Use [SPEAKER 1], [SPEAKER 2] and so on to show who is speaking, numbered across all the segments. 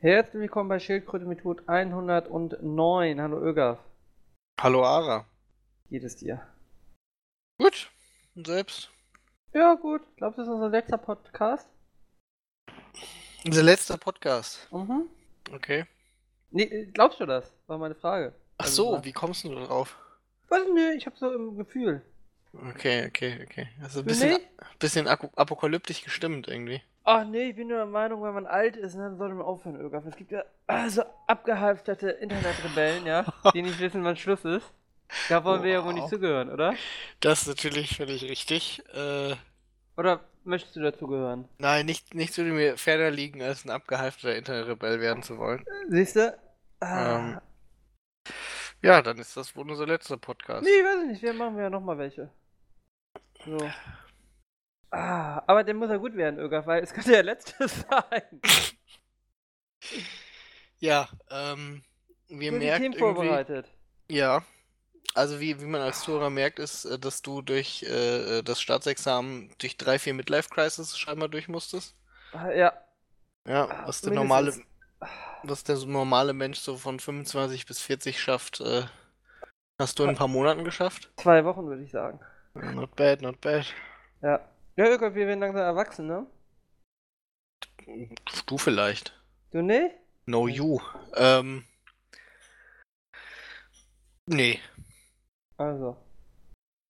[SPEAKER 1] Herzlich willkommen bei Schildkröte mit Hut 109. Hallo Ögaf.
[SPEAKER 2] Hallo Ara.
[SPEAKER 1] Geht es dir?
[SPEAKER 2] Gut. Und selbst?
[SPEAKER 1] Ja, gut. Glaubst du, das ist unser letzter Podcast?
[SPEAKER 2] Unser letzter Podcast.
[SPEAKER 1] Mhm.
[SPEAKER 2] Okay.
[SPEAKER 1] Nee, äh, glaubst du das? War meine Frage.
[SPEAKER 2] Ach
[SPEAKER 1] Also,
[SPEAKER 2] so,
[SPEAKER 1] war-
[SPEAKER 2] wie kommst du da drauf?
[SPEAKER 1] Was? Nö, ich hab so im Gefühl.
[SPEAKER 2] Okay, okay, okay. Also ein
[SPEAKER 1] Du
[SPEAKER 2] bisschen,
[SPEAKER 1] nicht?
[SPEAKER 2] bisschen ako- apokalyptisch gestimmt irgendwie.
[SPEAKER 1] Ach nee, ich bin nur der Meinung, wenn man alt ist, ne, dann sollte man aufhören, Ögaf. Es gibt ja ah, so abgehalfterte Internetrebellen, ja, die nicht wissen, wann Schluss ist. Da wollen wir ja wohl nicht
[SPEAKER 2] Wow.
[SPEAKER 1] zugehören, oder?
[SPEAKER 2] Das ist natürlich völlig richtig. Äh,
[SPEAKER 1] Oder möchtest du dazugehören?
[SPEAKER 2] nein, nicht, nicht würde mir ferner liegen, als ein abgehalfterter Internetrebell werden zu wollen.
[SPEAKER 1] Siehst du? Ah.
[SPEAKER 2] Ähm, Ja, dann ist das wohl unser letzter Podcast.
[SPEAKER 1] Nee, weiß ich nicht. Wir machen ja nochmal welche. So. Ah, aber der muss ja gut werden, Ögaf, weil es könnte ja letztes sein.
[SPEAKER 2] Ja, ähm, wir
[SPEAKER 1] Sind die
[SPEAKER 2] merken
[SPEAKER 1] Themen
[SPEAKER 2] irgendwie,
[SPEAKER 1] vorbereitet.
[SPEAKER 2] Ja, also wie, wie man als Tourer merkt, ist, äh, dass du durch äh, das Staatsexamen durch drei, vier Midlife Crisis scheinbar durch musstest.
[SPEAKER 1] Ah, Ja.
[SPEAKER 2] Ja,
[SPEAKER 1] Ah,
[SPEAKER 2] was der normale,
[SPEAKER 1] mindestens.
[SPEAKER 2] was der so normale Mensch so von 25 bis 40 schafft, äh, hast du in ein paar Monaten geschafft.
[SPEAKER 1] Zwei Wochen, würde ich sagen.
[SPEAKER 2] Not bad, not bad.
[SPEAKER 1] Ja. Ja, Ögaf, wir werden langsam erwachsen, ne?
[SPEAKER 2] Du vielleicht.
[SPEAKER 1] Du nicht?
[SPEAKER 2] No you. Ähm. Nee.
[SPEAKER 1] Also.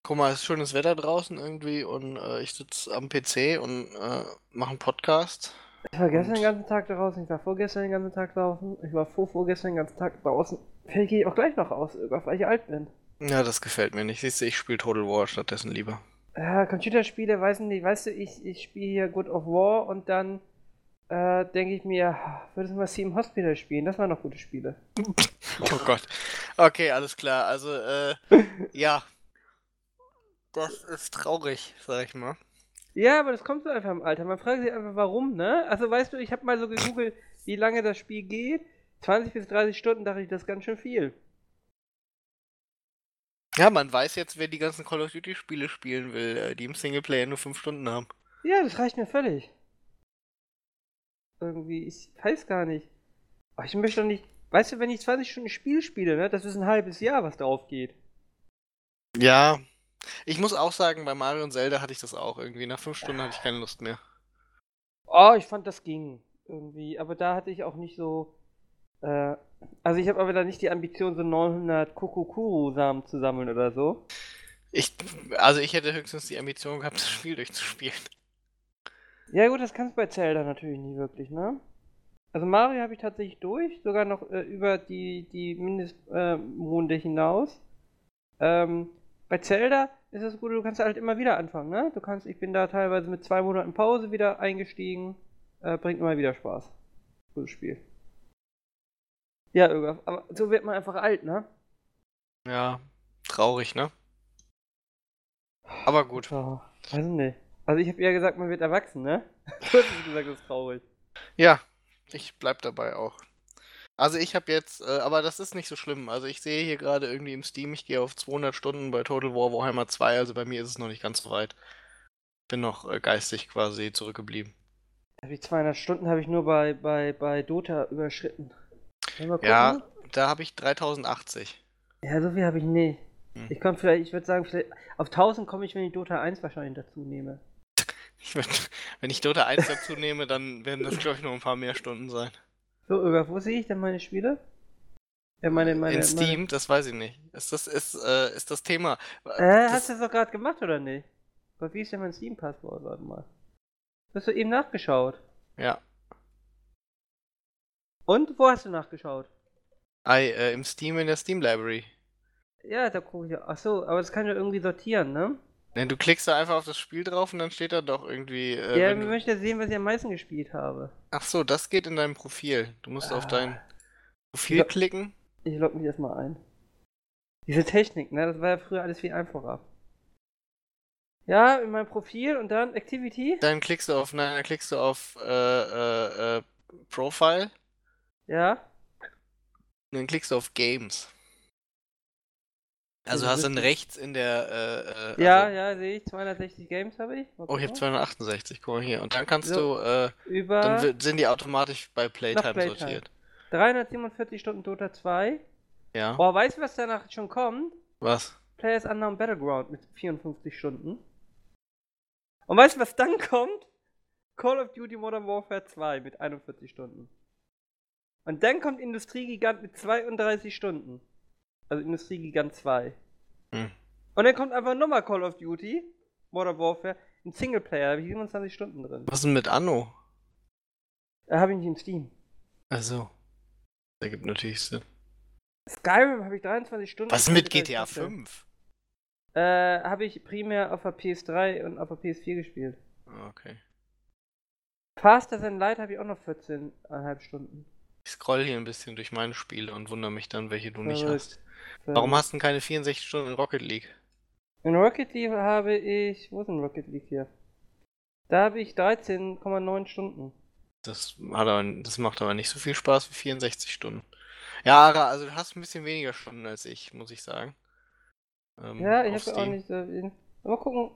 [SPEAKER 2] Guck mal, es ist schönes Wetter draußen irgendwie und äh, ich sitze am PC und äh, mache einen Podcast.
[SPEAKER 1] Ich war gestern
[SPEAKER 2] Und-
[SPEAKER 1] den ganzen Tag draußen, ich war vorgestern den ganzen Tag draußen, ich war vor, vorgestern den ganzen Tag draußen. Vielleicht gehe ich auch gleich noch aus, Ögaf, weil ich alt bin.
[SPEAKER 2] Ja, das gefällt mir nicht. Siehst du, ich spiele Total War stattdessen lieber.
[SPEAKER 1] Ja, Computerspiele, weiß nicht, weißt du, ich, ich spiele hier God of War und dann äh, denke ich mir, würdest du mal Team Hospital spielen? Das waren noch gute Spiele.
[SPEAKER 2] Oh Gott. Okay, alles klar. Also, äh, ja. Das ist traurig, sag ich mal.
[SPEAKER 1] Ja, aber das kommt so einfach im Alter. Man fragt sich einfach, warum, ne? Also, weißt du, ich habe mal so gegoogelt, wie lange das Spiel geht. 20 bis 30 Stunden dachte ich, das ist ganz schön viel.
[SPEAKER 2] Ja, man weiß jetzt, wer die ganzen Call of Duty-Spiele spielen will, äh, die im Singleplayer nur 5 Stunden haben.
[SPEAKER 1] Ja, das reicht mir völlig. Irgendwie, ich weiß gar nicht. Aber Oh, ich möchte doch nicht. Weißt du, wenn ich 20 Stunden Spiel spiele, ne? Das ist ein halbes Jahr, was drauf geht.
[SPEAKER 2] Ja. Ich muss auch sagen, bei Mario und Zelda hatte ich das auch irgendwie. Nach 5 Stunden hatte ich keine Lust mehr.
[SPEAKER 1] Oh, ich fand das ging irgendwie, aber da hatte ich auch nicht so. Äh, also ich habe aber da nicht die Ambition, so 900 Kokokuru-Samen zu sammeln oder so.
[SPEAKER 2] Ich, also ich hätte höchstens die Ambition gehabt, das Spiel durchzuspielen.
[SPEAKER 1] Ja gut, das kannst du bei Zelda natürlich nie wirklich, ne? Also Mario habe ich tatsächlich durch, sogar noch äh, über die, die Mindestrunde äh, Runde hinaus. Ähm, bei Zelda ist das Gute, du kannst halt immer wieder anfangen, ne? Du kannst, ich bin da teilweise mit zwei Monaten Pause wieder eingestiegen. Äh, bringt immer wieder Spaß. Gutes Spiel. Ja, Ögaf, aber so wird man einfach alt, ne?
[SPEAKER 2] Ja. Traurig, ne? Aber gut.
[SPEAKER 1] Oh, weiß ich nicht. Also ich habe eher gesagt, man wird erwachsen, ne? Du hast es gesagt, das ist traurig.
[SPEAKER 2] Ja, ich bleib dabei auch. Also ich habe jetzt, äh, aber das ist nicht so schlimm. Also ich sehe hier gerade irgendwie im Steam, ich gehe auf 200 Stunden bei Total War Warhammer 2, also bei mir ist es noch nicht ganz so weit. Bin noch äh, geistig quasi zurückgeblieben.
[SPEAKER 1] Hab ich 200 Stunden habe ich nur bei, bei, bei Dota überschritten. Wollen wir
[SPEAKER 2] Ja,
[SPEAKER 1] gucken?
[SPEAKER 2] da habe ich 3080.
[SPEAKER 1] Ja, so viel habe ich nicht.
[SPEAKER 2] Hm.
[SPEAKER 1] Ich komme vielleicht, ich würde sagen, vielleicht auf 1000 komme ich, wenn ich Dota 1 wahrscheinlich dazu nehme.
[SPEAKER 2] Ich würd, wenn ich Dota 1 dazu nehme, dann werden das glaube ich noch ein paar mehr Stunden sein.
[SPEAKER 1] So, Öger, wo sehe ich denn meine Spiele? Ja, meine, meine,
[SPEAKER 2] In
[SPEAKER 1] meine.
[SPEAKER 2] Steam, das weiß ich nicht. Ist das ist äh, ist das Thema?
[SPEAKER 1] Äh,
[SPEAKER 2] Das-
[SPEAKER 1] hast du das doch gerade gemacht oder nicht? Gott, wie ist denn mein Steam-Passwort? Warte mal. Hast du eben nachgeschaut?
[SPEAKER 2] ja.
[SPEAKER 1] Und wo hast du nachgeschaut?
[SPEAKER 2] Ei, äh, im Steam in der Steam Library.
[SPEAKER 1] Ja, da gucke ich. Ach so, aber das kann ich ja irgendwie sortieren, ne?
[SPEAKER 2] Ne, du klickst da einfach auf das Spiel drauf und dann steht da doch irgendwie. Äh,
[SPEAKER 1] ja,
[SPEAKER 2] wenn
[SPEAKER 1] ich
[SPEAKER 2] du-
[SPEAKER 1] möchte sehen, was ich am meisten gespielt habe.
[SPEAKER 2] Ach so, das geht in deinem Profil. Du musst auf
[SPEAKER 1] Ah.
[SPEAKER 2] dein Profil
[SPEAKER 1] Ja.
[SPEAKER 2] klicken.
[SPEAKER 1] Ich logge mich erstmal ein. Diese Technik, ne? Das war ja früher alles viel einfacher. Ja, in mein Profil und dann Activity.
[SPEAKER 2] Dann klickst du auf, nein, dann klickst du auf äh, äh, äh, Profile.
[SPEAKER 1] Ja.
[SPEAKER 2] Und dann klickst du auf Games. Also
[SPEAKER 1] Ja,
[SPEAKER 2] hast du dann
[SPEAKER 1] richtig.
[SPEAKER 2] rechts in der. Äh, äh,
[SPEAKER 1] Ja,
[SPEAKER 2] also,
[SPEAKER 1] ja, sehe ich. 260 Games habe ich. Mal
[SPEAKER 2] Oh, ich habe
[SPEAKER 1] gucken.
[SPEAKER 2] 268, guck mal hier. Und dann kannst
[SPEAKER 1] So.
[SPEAKER 2] du. Äh,
[SPEAKER 1] Über
[SPEAKER 2] dann wi- sind die automatisch bei Playtime,
[SPEAKER 1] Playtime.
[SPEAKER 2] sortiert.
[SPEAKER 1] 347 Stunden Dota 2.
[SPEAKER 2] Ja.
[SPEAKER 1] Boah, weißt du, was danach schon kommt?
[SPEAKER 2] Was?
[SPEAKER 1] Players Unknown Battleground mit 54 Stunden. Und weißt du, was dann kommt? Call of Duty Modern Warfare 2 mit 41 Stunden. Und dann kommt Industriegigant mit 32 Stunden. Also Industriegigant 2.
[SPEAKER 2] Hm.
[SPEAKER 1] Und dann kommt einfach nochmal Call of Duty Modern Warfare im Singleplayer. Da habe ich 27 Stunden drin.
[SPEAKER 2] Was ist denn mit Anno?
[SPEAKER 1] Da habe ich nicht im Steam.
[SPEAKER 2] Also. Der gibt natürlich Sinn.
[SPEAKER 1] Skyrim habe ich 23 Stunden.
[SPEAKER 2] Was ist mit
[SPEAKER 1] Singleplayer
[SPEAKER 2] GTA
[SPEAKER 1] gespielt.
[SPEAKER 2] 5?
[SPEAKER 1] Äh, habe ich primär auf der PS3 und auf der PS4 gespielt.
[SPEAKER 2] Ah, Okay.
[SPEAKER 1] Faster Than Light habe ich auch noch 14,5 Stunden.
[SPEAKER 2] Ich scroll hier ein bisschen durch meine Spiele und wundere mich dann, welche du nicht
[SPEAKER 1] Verrückt.
[SPEAKER 2] hast. Warum hast du denn keine 64 Stunden in Rocket League?
[SPEAKER 1] In Rocket League habe ich. Wo ist denn Rocket League hier? Da habe ich 13,9 Stunden.
[SPEAKER 2] Das, hat aber, das macht aber nicht so viel Spaß wie 64 Stunden. Ja, Ara, also du hast ein bisschen weniger Stunden als ich, muss ich sagen. Ähm,
[SPEAKER 1] Ja, ich
[SPEAKER 2] auf
[SPEAKER 1] habe auch
[SPEAKER 2] Steam.
[SPEAKER 1] nicht. Äh, mal gucken.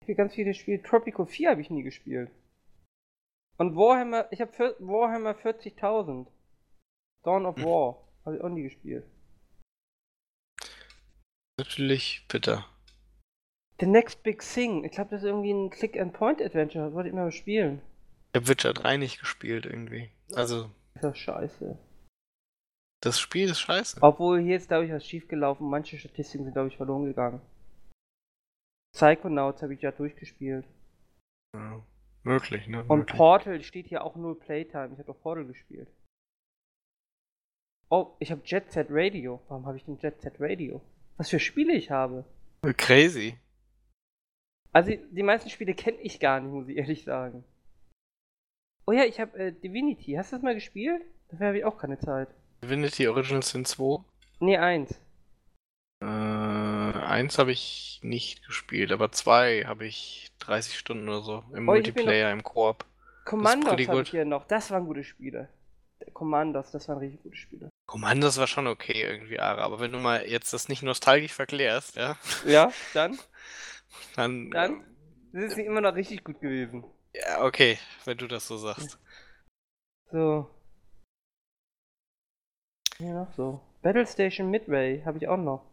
[SPEAKER 1] Ich spiele ganz viele Spiele. Tropico 4 habe ich nie gespielt. Und Warhammer. Ich habe vier- Warhammer 40.000. Dawn of
[SPEAKER 2] Hm.
[SPEAKER 1] War. Habe ich auch nie gespielt.
[SPEAKER 2] Natürlich bitter.
[SPEAKER 1] The Next Big Thing. Ich glaube, das ist irgendwie ein Click-and-Point-Adventure. Das wollte ich immer spielen.
[SPEAKER 2] Ich habe Witcher 3 nicht gespielt irgendwie. Also,
[SPEAKER 1] Ist doch scheiße.
[SPEAKER 2] das Spiel ist scheiße.
[SPEAKER 1] Obwohl hier ist, glaube ich, was schiefgelaufen. Manche Statistiken sind, glaube ich, verloren gegangen. Psychonauts habe ich ja durchgespielt.
[SPEAKER 2] Ja, möglich, ne?
[SPEAKER 1] Und
[SPEAKER 2] möglich.
[SPEAKER 1] Portal steht hier auch nur Playtime. Ich habe doch Portal gespielt. Oh, ich habe Jet Set Radio. Warum habe ich denn Jet Set Radio? Was für Spiele ich habe.
[SPEAKER 2] Crazy.
[SPEAKER 1] Also die meisten Spiele kenne ich gar nicht, muss ich ehrlich sagen. Oh ja, ich habe äh, Divinity. Hast du das mal gespielt? Dafür habe ich auch keine Zeit.
[SPEAKER 2] Divinity Original Sin 2.
[SPEAKER 1] Nee, eins.
[SPEAKER 2] Äh, eins habe ich nicht gespielt, aber zwei habe ich 30 Stunden oder so. Im
[SPEAKER 1] Oh, ich hab hier noch-
[SPEAKER 2] Multiplayer, im Koop.
[SPEAKER 1] Commandos
[SPEAKER 2] pretty
[SPEAKER 1] habe
[SPEAKER 2] good.
[SPEAKER 1] ich hier noch. Das waren gute Spiele. Commandos, das waren richtig gute Spiele.
[SPEAKER 2] Commandos Oh war schon okay irgendwie, Ara, aber wenn du mal jetzt das nicht nostalgisch verklärst, ja,
[SPEAKER 1] Ja, dann?
[SPEAKER 2] dann.
[SPEAKER 1] Dann? Das ist immer noch richtig gut gewesen.
[SPEAKER 2] Ja, okay, wenn du das so sagst.
[SPEAKER 1] So. Ja, noch so. Battle Station Midway habe ich auch noch.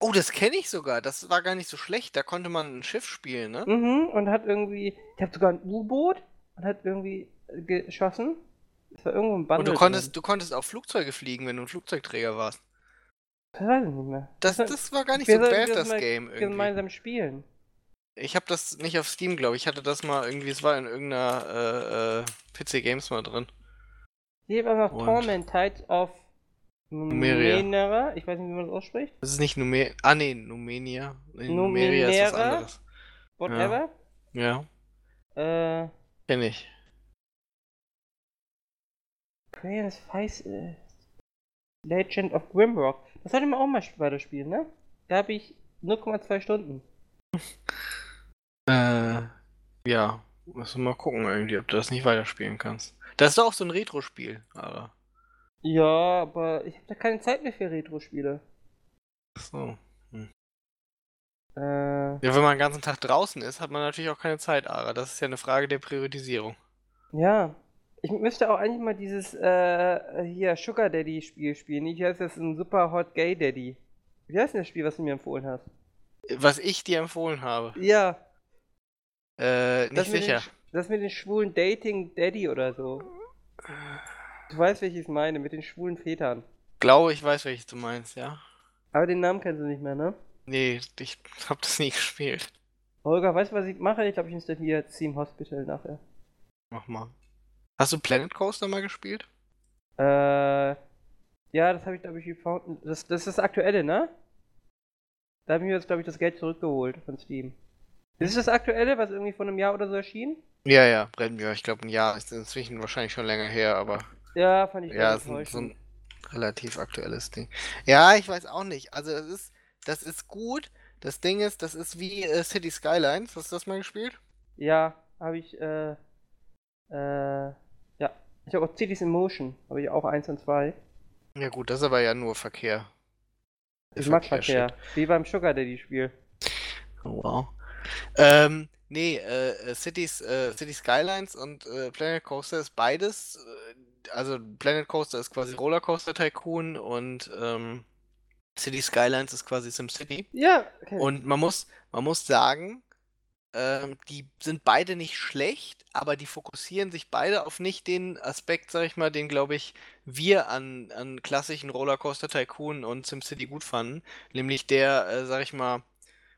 [SPEAKER 2] Oh, das kenne ich sogar. Das war gar nicht so schlecht. Da konnte man ein Schiff spielen, ne?
[SPEAKER 1] Mhm, und hat irgendwie. Ich habe sogar ein U-Boot und hat irgendwie äh, geschossen. Das war irgendwo ein Band.
[SPEAKER 2] Und du konntest, du konntest auch Flugzeuge fliegen, wenn du ein Flugzeugträger warst.
[SPEAKER 1] Das weiß ich nicht mehr.
[SPEAKER 2] Das,
[SPEAKER 1] Lass mal-
[SPEAKER 2] das war gar nicht
[SPEAKER 1] wir
[SPEAKER 2] so
[SPEAKER 1] sollten
[SPEAKER 2] bad,
[SPEAKER 1] das
[SPEAKER 2] das
[SPEAKER 1] mal
[SPEAKER 2] Game irgendwie.
[SPEAKER 1] Gemeinsam spielen.
[SPEAKER 2] Ich habe das nicht auf Steam, glaube ich. Ich hatte das mal irgendwie, es war in irgendeiner äh, äh, PC Games mal drin.
[SPEAKER 1] Ich habe einfach
[SPEAKER 2] Und-
[SPEAKER 1] Torment Tides of
[SPEAKER 2] Numeria.
[SPEAKER 1] Numenera. Ich weiß nicht, wie man das ausspricht.
[SPEAKER 2] Das ist nicht Numer... Ah, nee, Numenia. Nee, Numeria ist was
[SPEAKER 1] Numenera?
[SPEAKER 2] anderes.
[SPEAKER 1] Whatever.
[SPEAKER 2] Ja,
[SPEAKER 1] Äh.
[SPEAKER 2] kenne ich.
[SPEAKER 1] Prayers Face äh, Legend of Grimrock. Das sollte man auch mal sp- weiterspielen, ne? Da habe ich 0,2 Stunden.
[SPEAKER 2] Äh, ja. Müssen wir mal gucken irgendwie, ob du das nicht weiterspielen kannst. Das ist doch auch so ein Retro-Spiel, aber.
[SPEAKER 1] Ja, aber ich habe da keine Zeit mehr für Retro-Spiele.
[SPEAKER 2] So.
[SPEAKER 1] Äh,
[SPEAKER 2] Ja, wenn man den ganzen Tag draußen ist, hat man natürlich auch keine Zeit, Ara. Das ist ja eine Frage der Priorisierung.
[SPEAKER 1] ja. Ich müsste auch eigentlich mal dieses äh, hier Sugar Daddy Spiel spielen. Ich heißt das ein Super Hot Gay Daddy. Wie heißt denn das Spiel, was du mir empfohlen hast?
[SPEAKER 2] Was ich dir empfohlen habe.
[SPEAKER 1] Ja,
[SPEAKER 2] Äh, nicht
[SPEAKER 1] das mit, den,
[SPEAKER 2] sicher.
[SPEAKER 1] Sch- das mit den schwulen Dating Daddy oder so. Du weißt, welches ich meine, mit den schwulen Vätern.
[SPEAKER 2] Glaube, ich weiß, welches du meinst, ja.
[SPEAKER 1] Aber den Namen kennst du nicht mehr, ne?
[SPEAKER 2] Nee, ich hab das nie gespielt.
[SPEAKER 1] Holger, weißt du, was ich mache? Ich glaube, ich installiere Team Hospital nachher.
[SPEAKER 2] Mach mal. Hast du Planet Coaster mal gespielt?
[SPEAKER 1] Äh, ja, das habe ich, glaube ich, gefunden. Das, das ist das aktuelle, ne? Da haben wir jetzt, glaube ich, das Geld zurückgeholt von Steam. Ist es das aktuelle, was irgendwie vor einem Jahr oder so erschien?
[SPEAKER 2] Ja, ja, Brennmühr. Ich glaube, ein Jahr ist inzwischen wahrscheinlich schon länger her, aber
[SPEAKER 1] Ja, fand ich sehr
[SPEAKER 2] ja, ist ein, so
[SPEAKER 1] enttäuschend.
[SPEAKER 2] ein relativ aktuelles Ding. Ja, ich weiß auch nicht. Also, das ist, das ist gut. Das Ding ist, das ist wie äh, City Skylines. Hast du das mal gespielt?
[SPEAKER 1] Ja, habe ich, äh, äh, ja. Ich habe auch Cities in Motion, habe ich auch eins und zwei.
[SPEAKER 2] Ja, gut, das ist aber ja nur Verkehr.
[SPEAKER 1] Ich mag Verkehr. Wie beim Sugar Daddy-Spiel.
[SPEAKER 2] Oh, wow. Ähm, nee, äh, Cities, äh, Cities Skylines und äh, Planet Coaster ist beides. äh, Also Planet Coaster ist quasi Rollercoaster Tycoon und ähm, City Skylines ist quasi SimCity.
[SPEAKER 1] Ja, okay.
[SPEAKER 2] Und man muss, man muss sagen, ähm, die sind beide nicht schlecht, aber die fokussieren sich beide auf nicht den Aspekt, sag ich mal, den, glaube ich, wir an, an klassischen Rollercoaster Tycoon und SimCity gut fanden. Nämlich der, äh, sag ich mal,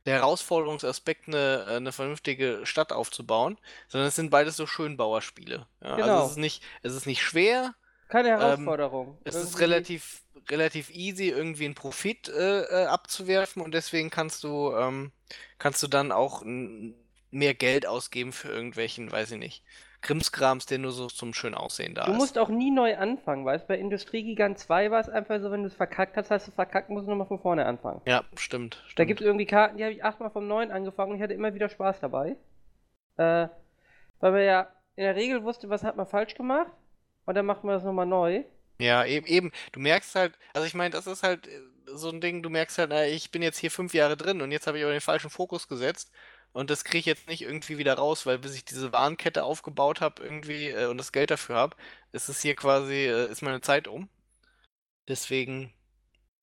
[SPEAKER 2] der Herausforderungsaspekt, eine, eine vernünftige Stadt aufzubauen, sondern es sind beides so Schönbauerspiele. Ja,
[SPEAKER 1] Genau.
[SPEAKER 2] Also es ist nicht, es ist nicht schwer,
[SPEAKER 1] Keine Herausforderung.
[SPEAKER 2] ähm, es ist
[SPEAKER 1] Irgendwie-
[SPEAKER 2] relativ, relativ easy, irgendwie einen Profit äh, äh, abzuwerfen und deswegen kannst du, ähm, kannst du dann auch n- mehr Geld ausgeben für irgendwelchen, weiß ich nicht, Krimskrams, der nur so zum schön aussehen da
[SPEAKER 1] Du
[SPEAKER 2] ist.
[SPEAKER 1] musst auch nie neu anfangen, weißt du? Bei Industriegigant 2 war es einfach so, wenn du es verkackt hast, hast du es verkackt, musst du nochmal von vorne anfangen.
[SPEAKER 2] Ja, stimmt.
[SPEAKER 1] Da
[SPEAKER 2] stimmt.
[SPEAKER 1] gibt es irgendwie Karten, die habe ich achtmal vom Neuen angefangen und ich hatte immer wieder Spaß dabei. Äh, weil man ja in der Regel wusste, was hat man falsch gemacht und dann macht man das nochmal neu.
[SPEAKER 2] Ja, eben, eben. Du merkst halt, also ich meine, das ist halt äh, so ein Ding, du merkst halt, na, ich bin jetzt hier fünf Jahre drin und jetzt habe ich aber den falschen Fokus gesetzt und das kriege ich jetzt nicht irgendwie wieder raus, weil bis ich diese Warenkette aufgebaut habe irgendwie äh, und das Geld dafür habe, ist es hier quasi, äh, ist meine Zeit um. Deswegen,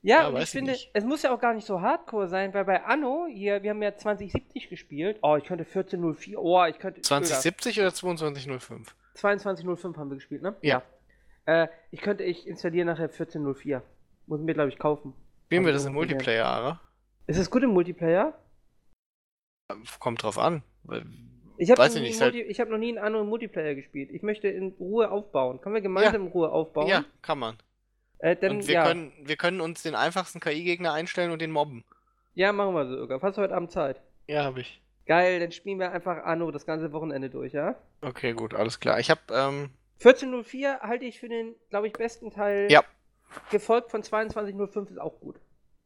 [SPEAKER 1] Ja,
[SPEAKER 2] Ja,
[SPEAKER 1] und
[SPEAKER 2] weiß
[SPEAKER 1] ich
[SPEAKER 2] ich
[SPEAKER 1] finde,
[SPEAKER 2] nicht.
[SPEAKER 1] es muss ja auch gar nicht so hardcore sein, weil bei Anno, hier, wir haben ja 2070 gespielt. Oh, ich könnte 1404, oh, ich könnte.
[SPEAKER 2] 2070 oder 2205?
[SPEAKER 1] 2205 haben wir gespielt, ne?
[SPEAKER 2] Ja.
[SPEAKER 1] Äh, ich könnte, ich installiere nachher 1404. Muss ich mir, glaube ich, kaufen.
[SPEAKER 2] Spielen wir
[SPEAKER 1] Hab ich
[SPEAKER 2] das im
[SPEAKER 1] irgendwo gesehen.
[SPEAKER 2] Multiplayer, Ara?
[SPEAKER 1] Ist es gut im Multiplayer?
[SPEAKER 2] Kommt drauf an. weil-
[SPEAKER 1] Ich habe
[SPEAKER 2] Weiß
[SPEAKER 1] noch,
[SPEAKER 2] ich
[SPEAKER 1] nie einen
[SPEAKER 2] nicht, ist halt-
[SPEAKER 1] Multi- ich hab noch nie einen anderen Multiplayer gespielt. Ich möchte in Ruhe aufbauen. Können wir gemeinsam in Ruhe aufbauen?
[SPEAKER 2] Ja, kann man.
[SPEAKER 1] Äh, dann,
[SPEAKER 2] Und wir
[SPEAKER 1] ja.
[SPEAKER 2] können, wir können uns den einfachsten KI-Gegner einstellen und den mobben.
[SPEAKER 1] ja, machen wir so. Irgendwann. Hast du heute Abend Zeit?
[SPEAKER 2] Ja, habe ich.
[SPEAKER 1] Geil, dann spielen wir einfach Anno das ganze Wochenende durch, ja?
[SPEAKER 2] Okay, gut, alles klar. Ich habe, ähm,
[SPEAKER 1] 1404 halte ich für den, glaube ich, besten Teil.
[SPEAKER 2] Ja.
[SPEAKER 1] Gefolgt von 2205 ist auch gut.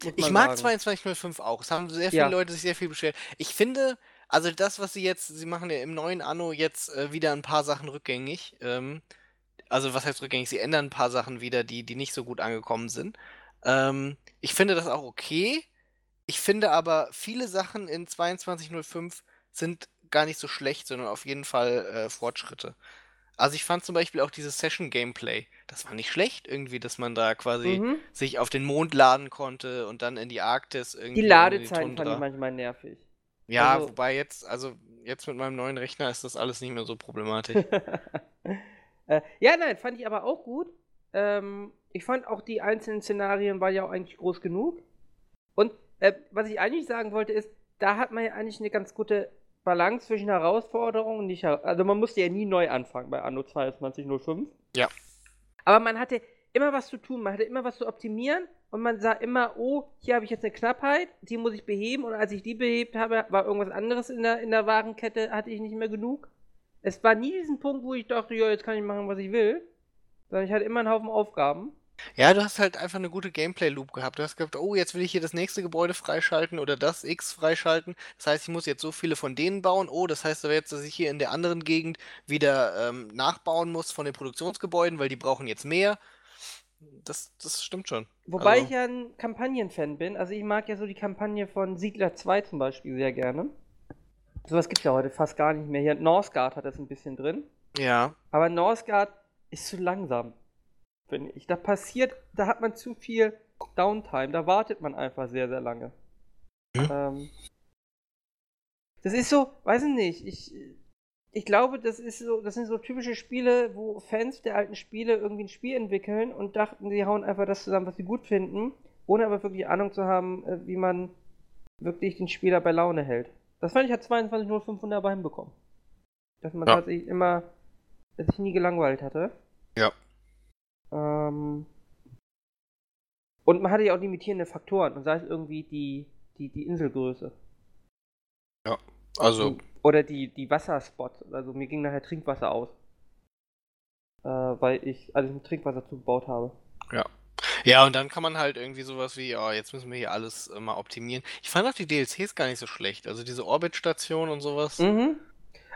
[SPEAKER 1] muss
[SPEAKER 2] ich
[SPEAKER 1] man
[SPEAKER 2] mag
[SPEAKER 1] sagen.
[SPEAKER 2] 2205 auch. Es haben sehr viele
[SPEAKER 1] Ja.
[SPEAKER 2] Leute sich sehr viel beschwert. Ich finde, also das, was sie jetzt, sie machen ja im neuen Anno jetzt äh, wieder ein paar Sachen rückgängig. Ähm, also was heißt rückgängig? Sie ändern ein paar Sachen wieder, die, die nicht so gut angekommen sind. Ähm, ich finde das auch okay. Ich finde aber viele Sachen in 2205 sind gar nicht so schlecht, sondern auf jeden Fall äh, Fortschritte. Also ich fand zum Beispiel auch dieses Session-Gameplay, das war nicht schlecht irgendwie, dass man da quasi
[SPEAKER 1] Mhm.
[SPEAKER 2] sich auf den Mond laden konnte und dann in die Arktis irgendwie.
[SPEAKER 1] Die
[SPEAKER 2] und in
[SPEAKER 1] Ladezeiten fand ich
[SPEAKER 2] Tundra.
[SPEAKER 1] manchmal nervig.
[SPEAKER 2] Ja,
[SPEAKER 1] also-
[SPEAKER 2] wobei jetzt, also jetzt mit meinem neuen Rechner ist das alles nicht mehr so problematisch.
[SPEAKER 1] äh, ja, nein, fand ich aber auch gut. Ähm, ich fand auch die einzelnen Szenarien waren ja auch eigentlich groß genug. Und äh, was ich eigentlich sagen wollte ist, da hat man ja eigentlich eine ganz gute Balance zwischen Herausforderungen und nicht. her- Also man musste ja nie neu anfangen bei Anno 2205.
[SPEAKER 2] Ja.
[SPEAKER 1] Aber man hatte immer was zu tun, man hatte immer was zu optimieren und man sah immer, oh, hier habe ich jetzt eine Knappheit, die muss ich beheben und als ich die behebt habe, war irgendwas anderes in der, in der Warenkette, hatte ich nicht mehr genug. Es war nie diesen Punkt, wo ich dachte, ja, jetzt kann ich machen, was ich will, sondern ich hatte immer einen Haufen Aufgaben.
[SPEAKER 2] ja, du hast halt einfach eine gute Gameplay-Loop gehabt. Du hast gehabt, oh, jetzt will ich hier das nächste Gebäude freischalten oder das X freischalten. Das heißt, ich muss jetzt so viele von denen bauen. Oh, das heißt aber jetzt, dass ich hier in der anderen Gegend wieder ähm, nachbauen muss von den Produktionsgebäuden, weil die brauchen jetzt mehr. Das, das stimmt schon.
[SPEAKER 1] Wobei
[SPEAKER 2] Also-
[SPEAKER 1] ich ja ein Kampagnenfan bin. Also ich mag ja so die Kampagne von Siedler 2 zum Beispiel sehr gerne. Sowas gibt es ja heute fast gar nicht mehr. Hier Northgard hat das ein bisschen drin.
[SPEAKER 2] Ja.
[SPEAKER 1] Aber Northgard ist zu langsam, finde ich. Da passiert, da hat man zu viel Downtime. Da wartet man einfach sehr, sehr lange.
[SPEAKER 2] Mhm.
[SPEAKER 1] Ähm, das ist so, weiß ich nicht. Ich, ich glaube, das ist so, das sind so typische Spiele, wo Fans der alten Spiele irgendwie ein Spiel entwickeln und dachten, sie hauen einfach das zusammen, was sie gut finden, ohne aber wirklich Ahnung zu haben, äh, wie man wirklich den Spieler bei Laune hält. Das fand ich hat 22.05 wunderbar hinbekommen. Dass man
[SPEAKER 2] Ja.
[SPEAKER 1] tatsächlich immer dass ich nie gelangweilt hatte.
[SPEAKER 2] Ja.
[SPEAKER 1] Ähm, und man hatte ja auch limitierende Faktoren, und sei es irgendwie die, die, die Inselgröße.
[SPEAKER 2] Also,
[SPEAKER 1] Die- Oder die, die Wasserspots. Also mir ging nachher Trinkwasser aus. Äh, weil ich alles mit Trinkwasser zugebaut habe.
[SPEAKER 2] Ja, und dann kann man halt irgendwie sowas wie, oh, jetzt müssen wir hier alles äh, mal optimieren. Ich fand auch die DLCs gar nicht so schlecht. Also diese Orbit-Station und sowas.
[SPEAKER 1] Mhm.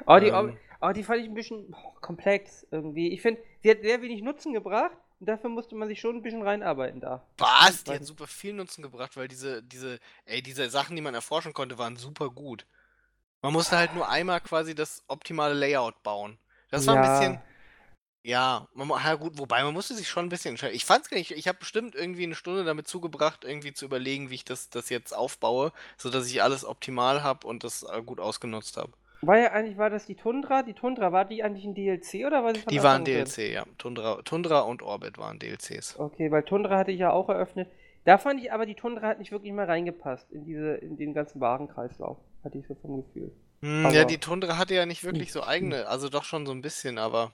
[SPEAKER 1] Aber die,
[SPEAKER 2] Ähm.
[SPEAKER 1] aber die fand ich ein bisschen oh, komplex irgendwie. Ich finde, sie hat sehr wenig Nutzen gebracht Und dafür musste man sich schon ein bisschen reinarbeiten da.
[SPEAKER 2] Was? Die hat super viel Nutzen gebracht, weil diese, diese, ey, diese Sachen, die man erforschen konnte, waren super gut. Man musste halt nur einmal quasi das optimale Layout bauen. Das war
[SPEAKER 1] Ja.
[SPEAKER 2] ein bisschen. Ja, man, mu- ja gut, wobei man musste sich schon ein bisschen entscheiden. Ich fand's gar nicht, ich habe bestimmt irgendwie eine Stunde damit zugebracht, irgendwie zu überlegen, wie ich das, das jetzt aufbaue, sodass ich alles optimal habe und das äh, gut ausgenutzt habe.
[SPEAKER 1] War ja eigentlich, war das die Tundra? Die Tundra, war die eigentlich ein DLC oder war sie von
[SPEAKER 2] Die waren
[SPEAKER 1] Anfang an drin?
[SPEAKER 2] DLC, ja. Tundra, Tundra und Orbit waren DLCs.
[SPEAKER 1] Okay, weil Tundra hatte ich ja auch eröffnet. Da fand ich aber, die Tundra hat nicht wirklich mal reingepasst in diese, in den ganzen Warenkreislauf. Hatte ich so vom Gefühl.
[SPEAKER 2] Hm,
[SPEAKER 1] Aber- Hm.
[SPEAKER 2] ja, die Tundra hatte ja nicht wirklich so eigene, also doch schon so ein bisschen, aber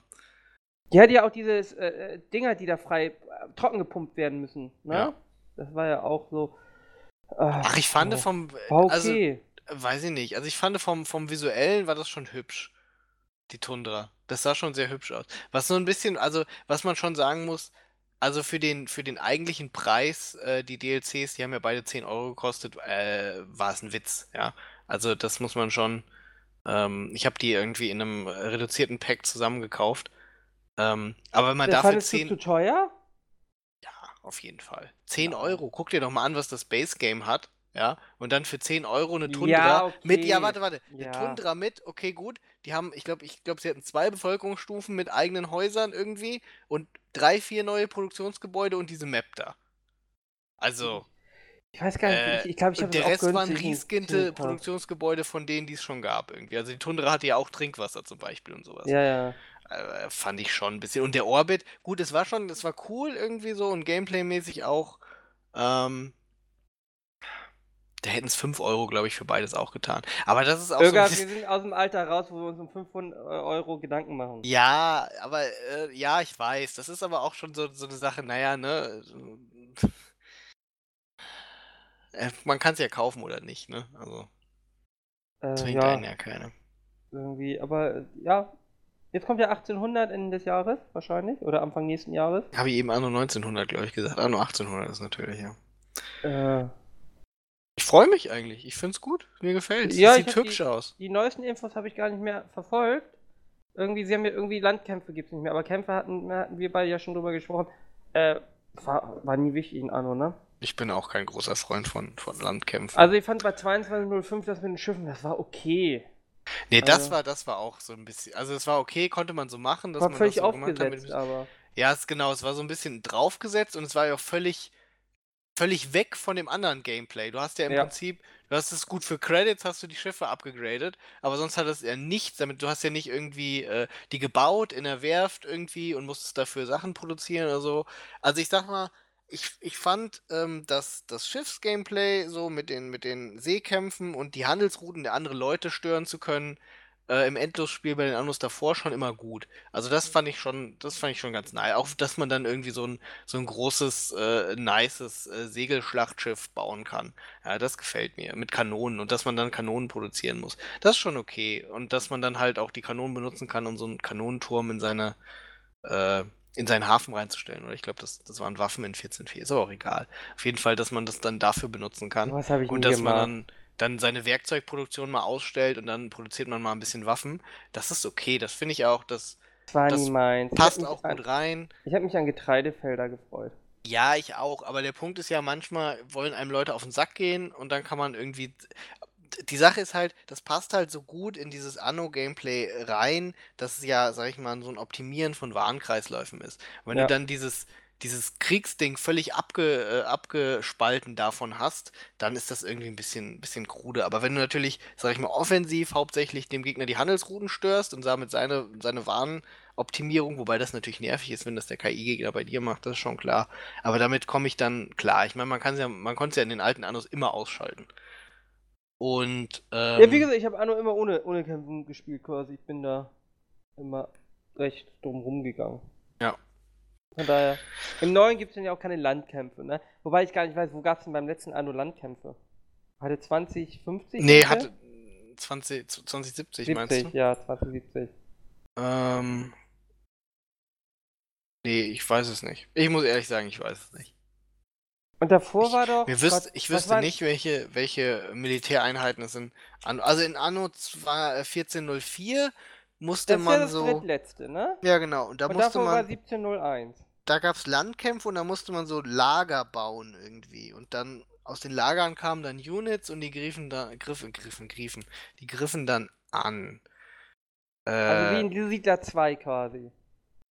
[SPEAKER 1] Die hatte ja auch dieses äh, äh, Dinger, die da frei äh, trocken gepumpt werden müssen. Ne?
[SPEAKER 2] Ja.
[SPEAKER 1] Das war ja auch so.
[SPEAKER 2] ach, ich fand vom,
[SPEAKER 1] War
[SPEAKER 2] also
[SPEAKER 1] okay.
[SPEAKER 2] Weiß ich nicht. Also ich fand vom, vom Visuellen war das schon hübsch. Die Tundra. Das sah schon sehr hübsch aus. Was so ein bisschen, also was man schon sagen muss, also für den, für den eigentlichen Preis, äh, die DLCs, die haben ja beide 10 Euro gekostet, äh, war es ein Witz, ja. Also das muss man schon, ähm, ich habe die irgendwie in einem reduzierten Pack zusammengekauft. Ähm, aber wenn man
[SPEAKER 1] das
[SPEAKER 2] dafür
[SPEAKER 1] fandest du
[SPEAKER 2] 10,
[SPEAKER 1] zu teuer?
[SPEAKER 2] auf jeden Fall. 10 Euro, guck dir doch mal an, was das Base Game hat, ja. Und dann für 10 Euro eine Tundra
[SPEAKER 1] Ja, okay.
[SPEAKER 2] mit, ja, warte, warte, eine
[SPEAKER 1] Ja.
[SPEAKER 2] Tundra mit, okay, gut. Die haben, ich glaube, ich glaube, sie hatten zwei Bevölkerungsstufen mit eigenen Häusern irgendwie und drei, vier neue Produktionsgebäude und diese Map da. Also,
[SPEAKER 1] Ich weiß gar nicht,
[SPEAKER 2] Äh,
[SPEAKER 1] ich glaube, ich habe
[SPEAKER 2] und der
[SPEAKER 1] das auch
[SPEAKER 2] Rest waren
[SPEAKER 1] günstig in
[SPEAKER 2] rieskinte
[SPEAKER 1] China.
[SPEAKER 2] Produktionsgebäude von denen, die es schon gab irgendwie. Also die Tundra hatte ja auch Trinkwasser zum Beispiel und sowas
[SPEAKER 1] Ja, ja.
[SPEAKER 2] äh, fand ich schon ein bisschen. Und der Orbit, gut, es war schon, es war cool irgendwie so und gameplaymäßig auch. Ähm, da hätten es 5 Euro, glaube ich, für beides auch getan. Aber das ist auch so
[SPEAKER 1] Irga, wir
[SPEAKER 2] ein bisschen,
[SPEAKER 1] sind aus dem Alter raus, wo wir uns um 500 Euro Gedanken machen.
[SPEAKER 2] Ja, aber äh, ja, ich weiß. Das ist aber auch schon so, so eine Sache, naja, ne? so- Äh, Man kann es ja kaufen oder nicht, ne? Also,
[SPEAKER 1] äh,
[SPEAKER 2] zwingt
[SPEAKER 1] ja
[SPEAKER 2] einen ja keiner.
[SPEAKER 1] irgendwie. Aber äh, ja, jetzt kommt ja 1800 Ende des Jahres wahrscheinlich oder Anfang nächsten Jahres.
[SPEAKER 2] Habe ich eben Anno 1900, glaube ich, gesagt. Anno 1800 ist natürlich, ja.
[SPEAKER 1] Äh,
[SPEAKER 2] Ich freue mich eigentlich. Ich find's gut. Mir gefällt's.
[SPEAKER 1] Ja,
[SPEAKER 2] es
[SPEAKER 1] ich
[SPEAKER 2] sieht
[SPEAKER 1] hab die-
[SPEAKER 2] hübsch aus.
[SPEAKER 1] die neuesten Infos habe ich gar nicht mehr verfolgt. Irgendwie, sie haben ja irgendwie Landkämpfe gibt es nicht mehr, aber Kämpfe hatten, hatten wir beide ja schon drüber gesprochen. Äh, war, war nie wichtig in Anno, ne?
[SPEAKER 2] Ich bin auch kein großer Freund von, von Landkämpfen.
[SPEAKER 1] Also ich fand bei 2205 das mit den Schiffen, das war okay.
[SPEAKER 2] nee, das
[SPEAKER 1] also-
[SPEAKER 2] war das war auch so ein bisschen. Also es war okay, konnte man so machen, dass
[SPEAKER 1] war
[SPEAKER 2] man das
[SPEAKER 1] völlig
[SPEAKER 2] so gemacht hat.
[SPEAKER 1] aufgesetzt,
[SPEAKER 2] Mit,
[SPEAKER 1] aber.
[SPEAKER 2] ja, es, genau, es war so ein bisschen draufgesetzt und es war ja auch völlig völlig weg von dem anderen Gameplay. Du hast ja im
[SPEAKER 1] Ja.
[SPEAKER 2] Prinzip, du hast es gut für Credits, hast du die Schiffe abgegradet, aber sonst hat das ja nichts damit. Du hast ja nicht irgendwie äh, die gebaut in der Werft irgendwie und musstest dafür Sachen produzieren oder so. Also ich sag mal, ich, ich fand ähm, das, das Schiffs-Gameplay so mit den, mit den Seekämpfen und die Handelsrouten der anderen Leute stören zu können, äh, im Endlosspiel bei den Annos davor schon immer gut. Also das fand ich schon, das fand ich schon ganz nice. Auch, dass man dann irgendwie so ein, so ein großes, äh, nices äh, Segelschlachtschiff bauen kann. Ja, das gefällt mir. Mit Kanonen und dass man dann Kanonen produzieren muss. Das ist schon okay. Und dass man dann halt auch die Kanonen benutzen kann, um so einen Kanonenturm in seine, äh, in seinen Hafen reinzustellen. Oder ich glaube, das, das waren Waffen in 14.4. Ist aber auch egal. Auf jeden Fall, dass man das dann dafür benutzen kann.
[SPEAKER 1] Was habe ich
[SPEAKER 2] Und
[SPEAKER 1] nie
[SPEAKER 2] dass man
[SPEAKER 1] gemacht.
[SPEAKER 2] dann, dann seine Werkzeugproduktion mal ausstellt und dann produziert man mal ein bisschen Waffen. Das ist okay. Das finde ich auch, das
[SPEAKER 1] das war
[SPEAKER 2] das
[SPEAKER 1] nie meins. Ich hab
[SPEAKER 2] passt
[SPEAKER 1] mich
[SPEAKER 2] auch
[SPEAKER 1] an,
[SPEAKER 2] gut rein.
[SPEAKER 1] Ich habe mich an Getreidefelder gefreut.
[SPEAKER 2] Ja, ich auch. Aber der Punkt ist ja, manchmal wollen einem Leute auf den Sack gehen und dann kann man irgendwie. Die Sache ist halt, das passt halt so gut in dieses Anno-Gameplay rein, dass es ja, sag ich mal, so ein Optimieren von Warenkreisläufen ist. Und wenn
[SPEAKER 1] Ja.
[SPEAKER 2] du dann dieses, dieses Kriegsding völlig abge, äh, abgespalten davon hast, dann ist das irgendwie ein bisschen, bisschen krude. Aber wenn du natürlich, sag ich mal, offensiv hauptsächlich dem Gegner die Handelsrouten störst und damit seine, seine Warenoptimierung, wobei das natürlich nervig ist, wenn das der KI-Gegner bei dir macht, das ist schon klar. Aber damit komme ich dann klar. Ich meine, man kann's ja, man konnte es ja in den alten Annos immer ausschalten. Und ähm,
[SPEAKER 1] ja, wie gesagt, ich habe Anno immer ohne, ohne Kämpfen gespielt quasi. Ich bin da immer recht dumm rumgegangen.
[SPEAKER 2] Ja.
[SPEAKER 1] Von daher. Im neuen gibt es dann ja auch keine Landkämpfe, ne? Wobei ich gar nicht weiß, wo gab es denn beim letzten Anno Landkämpfe? Hatte 20, 50?
[SPEAKER 2] nee,
[SPEAKER 1] Kämpfe?
[SPEAKER 2] hatte 20, 2070 meinst du?
[SPEAKER 1] 70, ja, 20, 70.
[SPEAKER 2] Ähm. Nee, ich weiß es nicht. Ich muss ehrlich sagen, ich weiß es nicht.
[SPEAKER 1] Und davor war doch.
[SPEAKER 2] Mir wüsst,
[SPEAKER 1] Gott,
[SPEAKER 2] ich
[SPEAKER 1] was
[SPEAKER 2] wüsste
[SPEAKER 1] war-
[SPEAKER 2] nicht, welche, welche Militäreinheiten es in Anno. Also in Anno zwar, äh, 1404 musste
[SPEAKER 1] Das ist ja
[SPEAKER 2] man
[SPEAKER 1] das
[SPEAKER 2] so.
[SPEAKER 1] drittletzte, ne?
[SPEAKER 2] Ja, genau. Und da
[SPEAKER 1] Und
[SPEAKER 2] musste
[SPEAKER 1] davor war
[SPEAKER 2] man.
[SPEAKER 1] 1701.
[SPEAKER 2] da gab es Landkämpfe und da musste man so Lager bauen irgendwie. Und dann aus den Lagern kamen dann Units und die griffen da, griffen, griffen, griffen. Die griffen dann an. Äh,
[SPEAKER 1] Also wie in Siedler 2 quasi.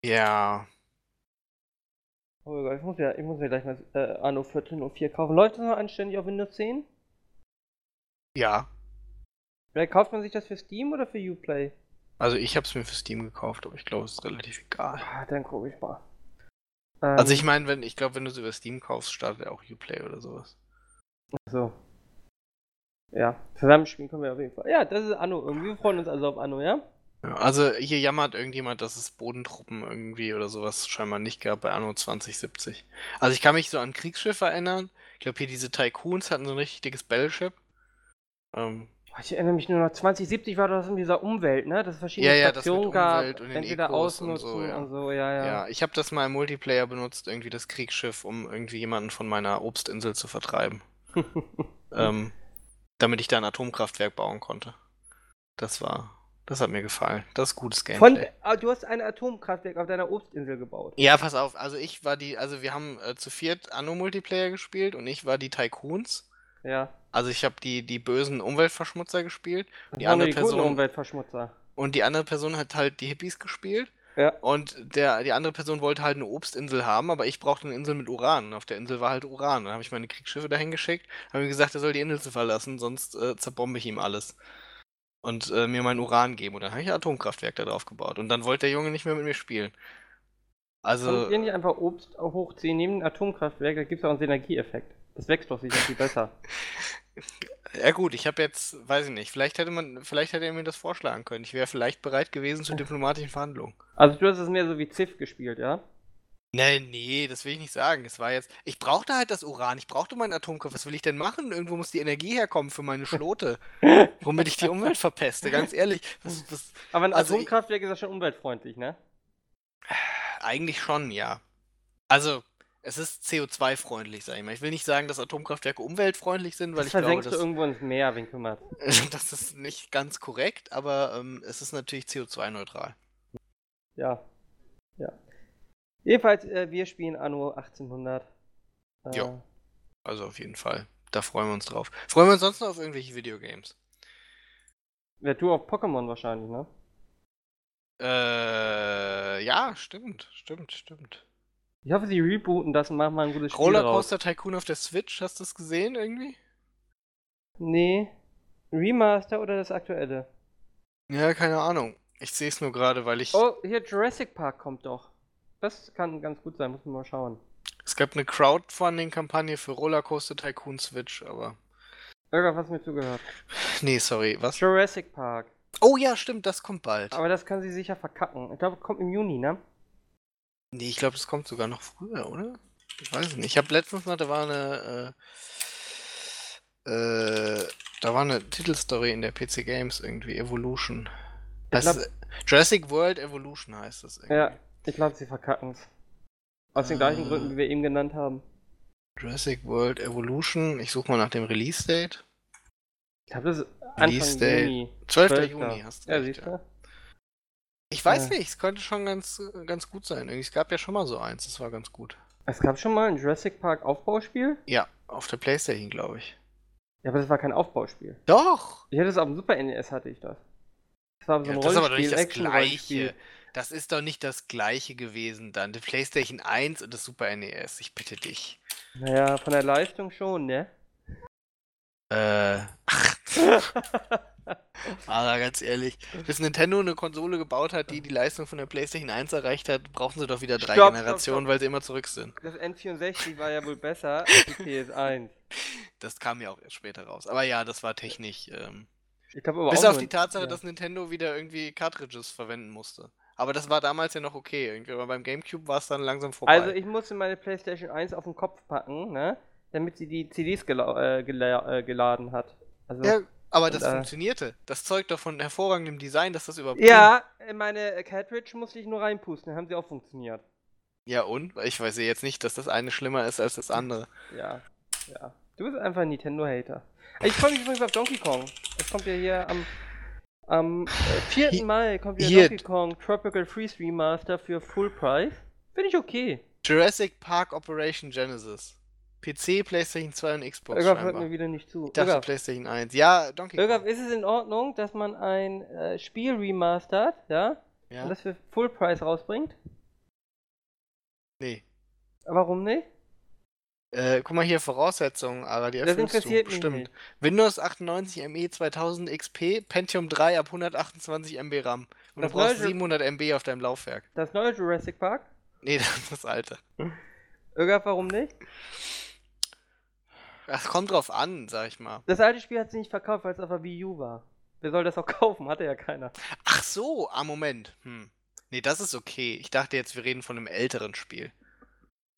[SPEAKER 2] ja.
[SPEAKER 1] Oh Gott, ich muss ja, ich muss mir gleich mal äh, Anno 1404 kaufen. Läuft das noch anständig auf Windows 10?
[SPEAKER 2] Ja.
[SPEAKER 1] Oder Äh, kauft man sich das für Steam oder für Uplay?
[SPEAKER 2] Also ich habe es mir für Steam gekauft, aber ich glaube, es ist relativ egal.
[SPEAKER 1] Ah, dann gucke ich mal. Ähm,
[SPEAKER 2] Also ich meine, wenn ich glaube, wenn du es über Steam kaufst, startet ja auch Uplay oder sowas.
[SPEAKER 1] So. Ja, zusammenspielen können wir auf jeden Fall. Ja, das ist Anno irgendwie. Wir freuen uns also auf Anno, ja?
[SPEAKER 2] Ja, also hier jammert irgendjemand, dass es Bodentruppen irgendwie oder sowas scheinbar nicht gab bei Anno 2070. Also ich kann mich so an Kriegsschiffe erinnern. Ich glaube hier diese Tycoons hatten so ein richtig dickes Battleship. Ähm,
[SPEAKER 1] Boah, Ich erinnere mich nur noch, 2070 war das in dieser Umwelt, ne? Dass es verschiedene
[SPEAKER 2] Ja, ja, das mit
[SPEAKER 1] Stationen gab,
[SPEAKER 2] Umwelt und den
[SPEAKER 1] entweder
[SPEAKER 2] Ecos und so,
[SPEAKER 1] Ausnutzung
[SPEAKER 2] ja.
[SPEAKER 1] und so, ja, ja.
[SPEAKER 2] ja, ich habe das mal im Multiplayer benutzt, irgendwie das Kriegsschiff, um irgendwie jemanden von meiner Obstinsel zu vertreiben. ähm, damit ich da ein Atomkraftwerk bauen konnte. Das war, das hat mir gefallen. Das ist gutes Gameplay.
[SPEAKER 1] Von, ah, du hast ein Atomkraftwerk auf deiner Obstinsel gebaut.
[SPEAKER 2] Ja, pass auf, also ich war die, also wir haben äh, zu viert Anno Multiplayer gespielt und ich war die Tycoons.
[SPEAKER 1] Ja.
[SPEAKER 2] Also ich habe die, die bösen Umweltverschmutzer gespielt
[SPEAKER 1] Das
[SPEAKER 2] Die
[SPEAKER 1] waren
[SPEAKER 2] andere
[SPEAKER 1] nur guten
[SPEAKER 2] Person-
[SPEAKER 1] Umweltverschmutzer.
[SPEAKER 2] und die andere Person hat halt die Hippies gespielt.
[SPEAKER 1] Ja.
[SPEAKER 2] Und der, die andere Person wollte halt eine Obstinsel haben, aber ich brauchte eine Insel mit Uran. Und auf der Insel war halt Uran. Dann habe ich meine Kriegsschiffe dahin geschickt, habe ihm gesagt, er soll die Insel verlassen, sonst äh, zerbombe ich ihm alles. Und äh, mir mein Uran geben. Und dann habe ich ein Atomkraftwerk da drauf gebaut. Und dann wollte der Junge nicht mehr mit mir spielen. Also,
[SPEAKER 1] Könnt ihr nicht einfach Obst hochziehen, neben ein Atomkraftwerk, da gibt es auch einen Synergieeffekt. Das wächst doch sicher viel besser.
[SPEAKER 2] Ja gut, ich habe jetzt, weiß ich nicht, vielleicht hätte man, vielleicht hätte er mir das vorschlagen können. Ich wäre vielleicht bereit gewesen zu diplomatischen Verhandlungen.
[SPEAKER 1] Also du hast es mehr so wie Ziff gespielt, ja?
[SPEAKER 2] Nee, Ne, nee, das will ich nicht sagen. Es war jetzt, ich brauchte halt das Uran, ich brauchte meinen Atomkraft. Was will ich denn machen? Irgendwo muss die Energie herkommen für meine Schlote, womit ich die Umwelt verpeste. Ganz ehrlich, das, das
[SPEAKER 1] Aber ein
[SPEAKER 2] Also ich-
[SPEAKER 1] Atomkraftwerk ist ja schon umweltfreundlich, ne?
[SPEAKER 2] eigentlich schon, ja. Also es ist CO2-freundlich, sag ich mal. Ich will nicht sagen, dass Atomkraftwerke umweltfreundlich sind,
[SPEAKER 1] das
[SPEAKER 2] weil ich glaube,
[SPEAKER 1] versenkst
[SPEAKER 2] dass
[SPEAKER 1] du irgendwo ins Meer, wen kümmert.
[SPEAKER 2] das ist nicht ganz korrekt, aber ähm, es ist natürlich CO2-neutral.
[SPEAKER 1] Ja. Ja. Jedenfalls, äh, wir spielen Anno 1800. Äh,
[SPEAKER 2] Jo. Also auf jeden Fall. Da freuen wir uns drauf. Freuen wir uns sonst noch auf irgendwelche Videogames?
[SPEAKER 1] Ja, du auf Pokémon wahrscheinlich, ne?
[SPEAKER 2] Äh, ja, stimmt, stimmt, stimmt.
[SPEAKER 1] Ich hoffe, sie rebooten das und machen mal ein gutes Spiel raus.
[SPEAKER 2] Rollercoaster Tycoon auf der Switch, hast du das gesehen irgendwie?
[SPEAKER 1] Nee. Remaster oder das aktuelle?
[SPEAKER 2] Ja, keine Ahnung. Ich sehe es nur gerade, weil ich.
[SPEAKER 1] Oh, hier Jurassic Park kommt doch. Das kann ganz gut sein, muss man mal schauen.
[SPEAKER 2] Es gab eine Crowdfunding-Kampagne für Rollercoaster Tycoon Switch, aber.
[SPEAKER 1] Irgendwas mir zugehört.
[SPEAKER 2] Nee, sorry, was?
[SPEAKER 1] Jurassic Park.
[SPEAKER 2] Oh ja, stimmt, das kommt bald.
[SPEAKER 1] Aber das kann sie sicher verkacken. Ich glaube, kommt im Juni, ne?
[SPEAKER 2] Nee, ich glaube, das kommt sogar noch früher, oder? Ich weiß es nicht. Ich habe letztens noch, da war eine, äh, äh, da war eine Titelstory in der PC Games irgendwie, Evolution.
[SPEAKER 1] Ich
[SPEAKER 2] Heißt, äh, Jurassic World Evolution heißt das irgendwie.
[SPEAKER 1] Ja, Ah. ich glaube, sie verkacken es. Aus den gleichen
[SPEAKER 2] Äh.
[SPEAKER 1] Gründen, wie wir eben genannt haben.
[SPEAKER 2] Jurassic World Evolution, ich suche mal nach dem Release-Date.
[SPEAKER 1] Ich glaube, das ist
[SPEAKER 2] Release
[SPEAKER 1] Anfang
[SPEAKER 2] Day.
[SPEAKER 1] Juni.
[SPEAKER 2] 12.
[SPEAKER 1] 12.
[SPEAKER 2] Juni hast du
[SPEAKER 1] Ja,
[SPEAKER 2] recht,
[SPEAKER 1] siehst
[SPEAKER 2] ja.
[SPEAKER 1] du?
[SPEAKER 2] Ich weiß
[SPEAKER 1] Ja.
[SPEAKER 2] nicht, es könnte schon ganz, ganz gut sein. Irgendwie, es gab ja schon mal so eins, das war ganz gut.
[SPEAKER 1] Es gab schon mal ein Jurassic Park Aufbauspiel.
[SPEAKER 2] Ja, auf der Playstation, glaube ich.
[SPEAKER 1] Ja, aber das war kein Aufbauspiel.
[SPEAKER 2] Doch!
[SPEAKER 1] Ich hatte es auf dem Super NES, hatte ich das. Das war so
[SPEAKER 2] Ja,
[SPEAKER 1] ein
[SPEAKER 2] das ist aber doch nicht das
[SPEAKER 1] Action-Rollenspiel.
[SPEAKER 2] Gleiche. Das ist doch nicht das Gleiche gewesen dann. Die PlayStation 1 und das Super NES. Ich bitte dich.
[SPEAKER 1] Naja, von der Leistung schon, ne?
[SPEAKER 2] Äh, aber ganz ehrlich, bis Nintendo eine Konsole gebaut hat, die die Leistung von der PlayStation 1 erreicht hat, brauchen sie doch wieder drei
[SPEAKER 1] Stopp, stopp,
[SPEAKER 2] Generationen,
[SPEAKER 1] stopp.
[SPEAKER 2] weil sie immer zurück sind.
[SPEAKER 1] Das N64 war ja wohl besser als die PS1.
[SPEAKER 2] Das kam ja auch erst später raus. Aber ja, das war technisch. Ähm,
[SPEAKER 1] Ich glaube aber
[SPEAKER 2] bis
[SPEAKER 1] auch
[SPEAKER 2] auf
[SPEAKER 1] nur-
[SPEAKER 2] die Tatsache,
[SPEAKER 1] ja.
[SPEAKER 2] dass Nintendo wieder irgendwie Cartridges verwenden musste. Aber das war damals ja noch okay. Irgendwie, aber beim GameCube war es dann langsam vorbei.
[SPEAKER 1] Also ich musste meine PlayStation 1 auf den Kopf packen, ne? Damit sie die CDs gela äh, gela äh, geladen hat. Also,
[SPEAKER 2] Ja,
[SPEAKER 1] ja,
[SPEAKER 2] aber
[SPEAKER 1] Und,
[SPEAKER 2] das
[SPEAKER 1] äh,
[SPEAKER 2] funktionierte. Das zeugt doch von hervorragendem Design, dass das überhaupt.
[SPEAKER 1] in meine Cartridge musste ich nur reinpusten, dann haben sie auch funktioniert.
[SPEAKER 2] ging. Ja, und? Ich weiß ja jetzt nicht, dass das eine schlimmer ist als das andere.
[SPEAKER 1] Ja, ja. Du bist einfach ein Nintendo-Hater. Ich freue mich übrigens auf Donkey Kong. Es kommt ja hier am, am äh, 4.
[SPEAKER 2] Hier-
[SPEAKER 1] Mai kommt wieder
[SPEAKER 2] hier-
[SPEAKER 1] Donkey Kong Tropical Freeze Remaster für Full Price. Finde ich okay.
[SPEAKER 2] Jurassic Park Operation Genesis. PC, PlayStation 2 und Xbox.
[SPEAKER 1] Irgaf hört
[SPEAKER 2] Scheinbar.
[SPEAKER 1] mir wieder nicht zu.
[SPEAKER 2] Ich dachte
[SPEAKER 1] Irgaf,
[SPEAKER 2] PlayStation 1. Ja, Donkey
[SPEAKER 1] Irgaf,
[SPEAKER 2] Kong.
[SPEAKER 1] ist es in Ordnung, dass man ein äh, Spiel remastert, ja, und
[SPEAKER 2] Ja?
[SPEAKER 1] das für Full Price rausbringt?
[SPEAKER 2] Nee.
[SPEAKER 1] Warum nicht?
[SPEAKER 2] Äh, guck mal hier, Voraussetzungen, aber die
[SPEAKER 1] Das
[SPEAKER 2] erfüllst du
[SPEAKER 1] interessiert mich
[SPEAKER 2] bestimmt.
[SPEAKER 1] nicht.
[SPEAKER 2] Windows E 98 ME 2000 XP, Pentium 3 ab 128 MB RAM. Und
[SPEAKER 1] Das
[SPEAKER 2] du brauchst
[SPEAKER 1] neue-
[SPEAKER 2] 700 MB auf deinem Laufwerk.
[SPEAKER 1] Das neue Jurassic Park?
[SPEAKER 2] Nee, das ist das alte.
[SPEAKER 1] Irgaf, warum nicht?
[SPEAKER 2] Das kommt drauf an, sag ich mal.
[SPEAKER 1] Das alte Spiel hat sie nicht verkauft, weil es auf der Wii U war. Wer soll das auch kaufen? Hatte ja keiner.
[SPEAKER 2] Ach so, ah, Moment. Hm. Nee, das ist okay. Ich dachte jetzt, wir reden von einem älteren Spiel.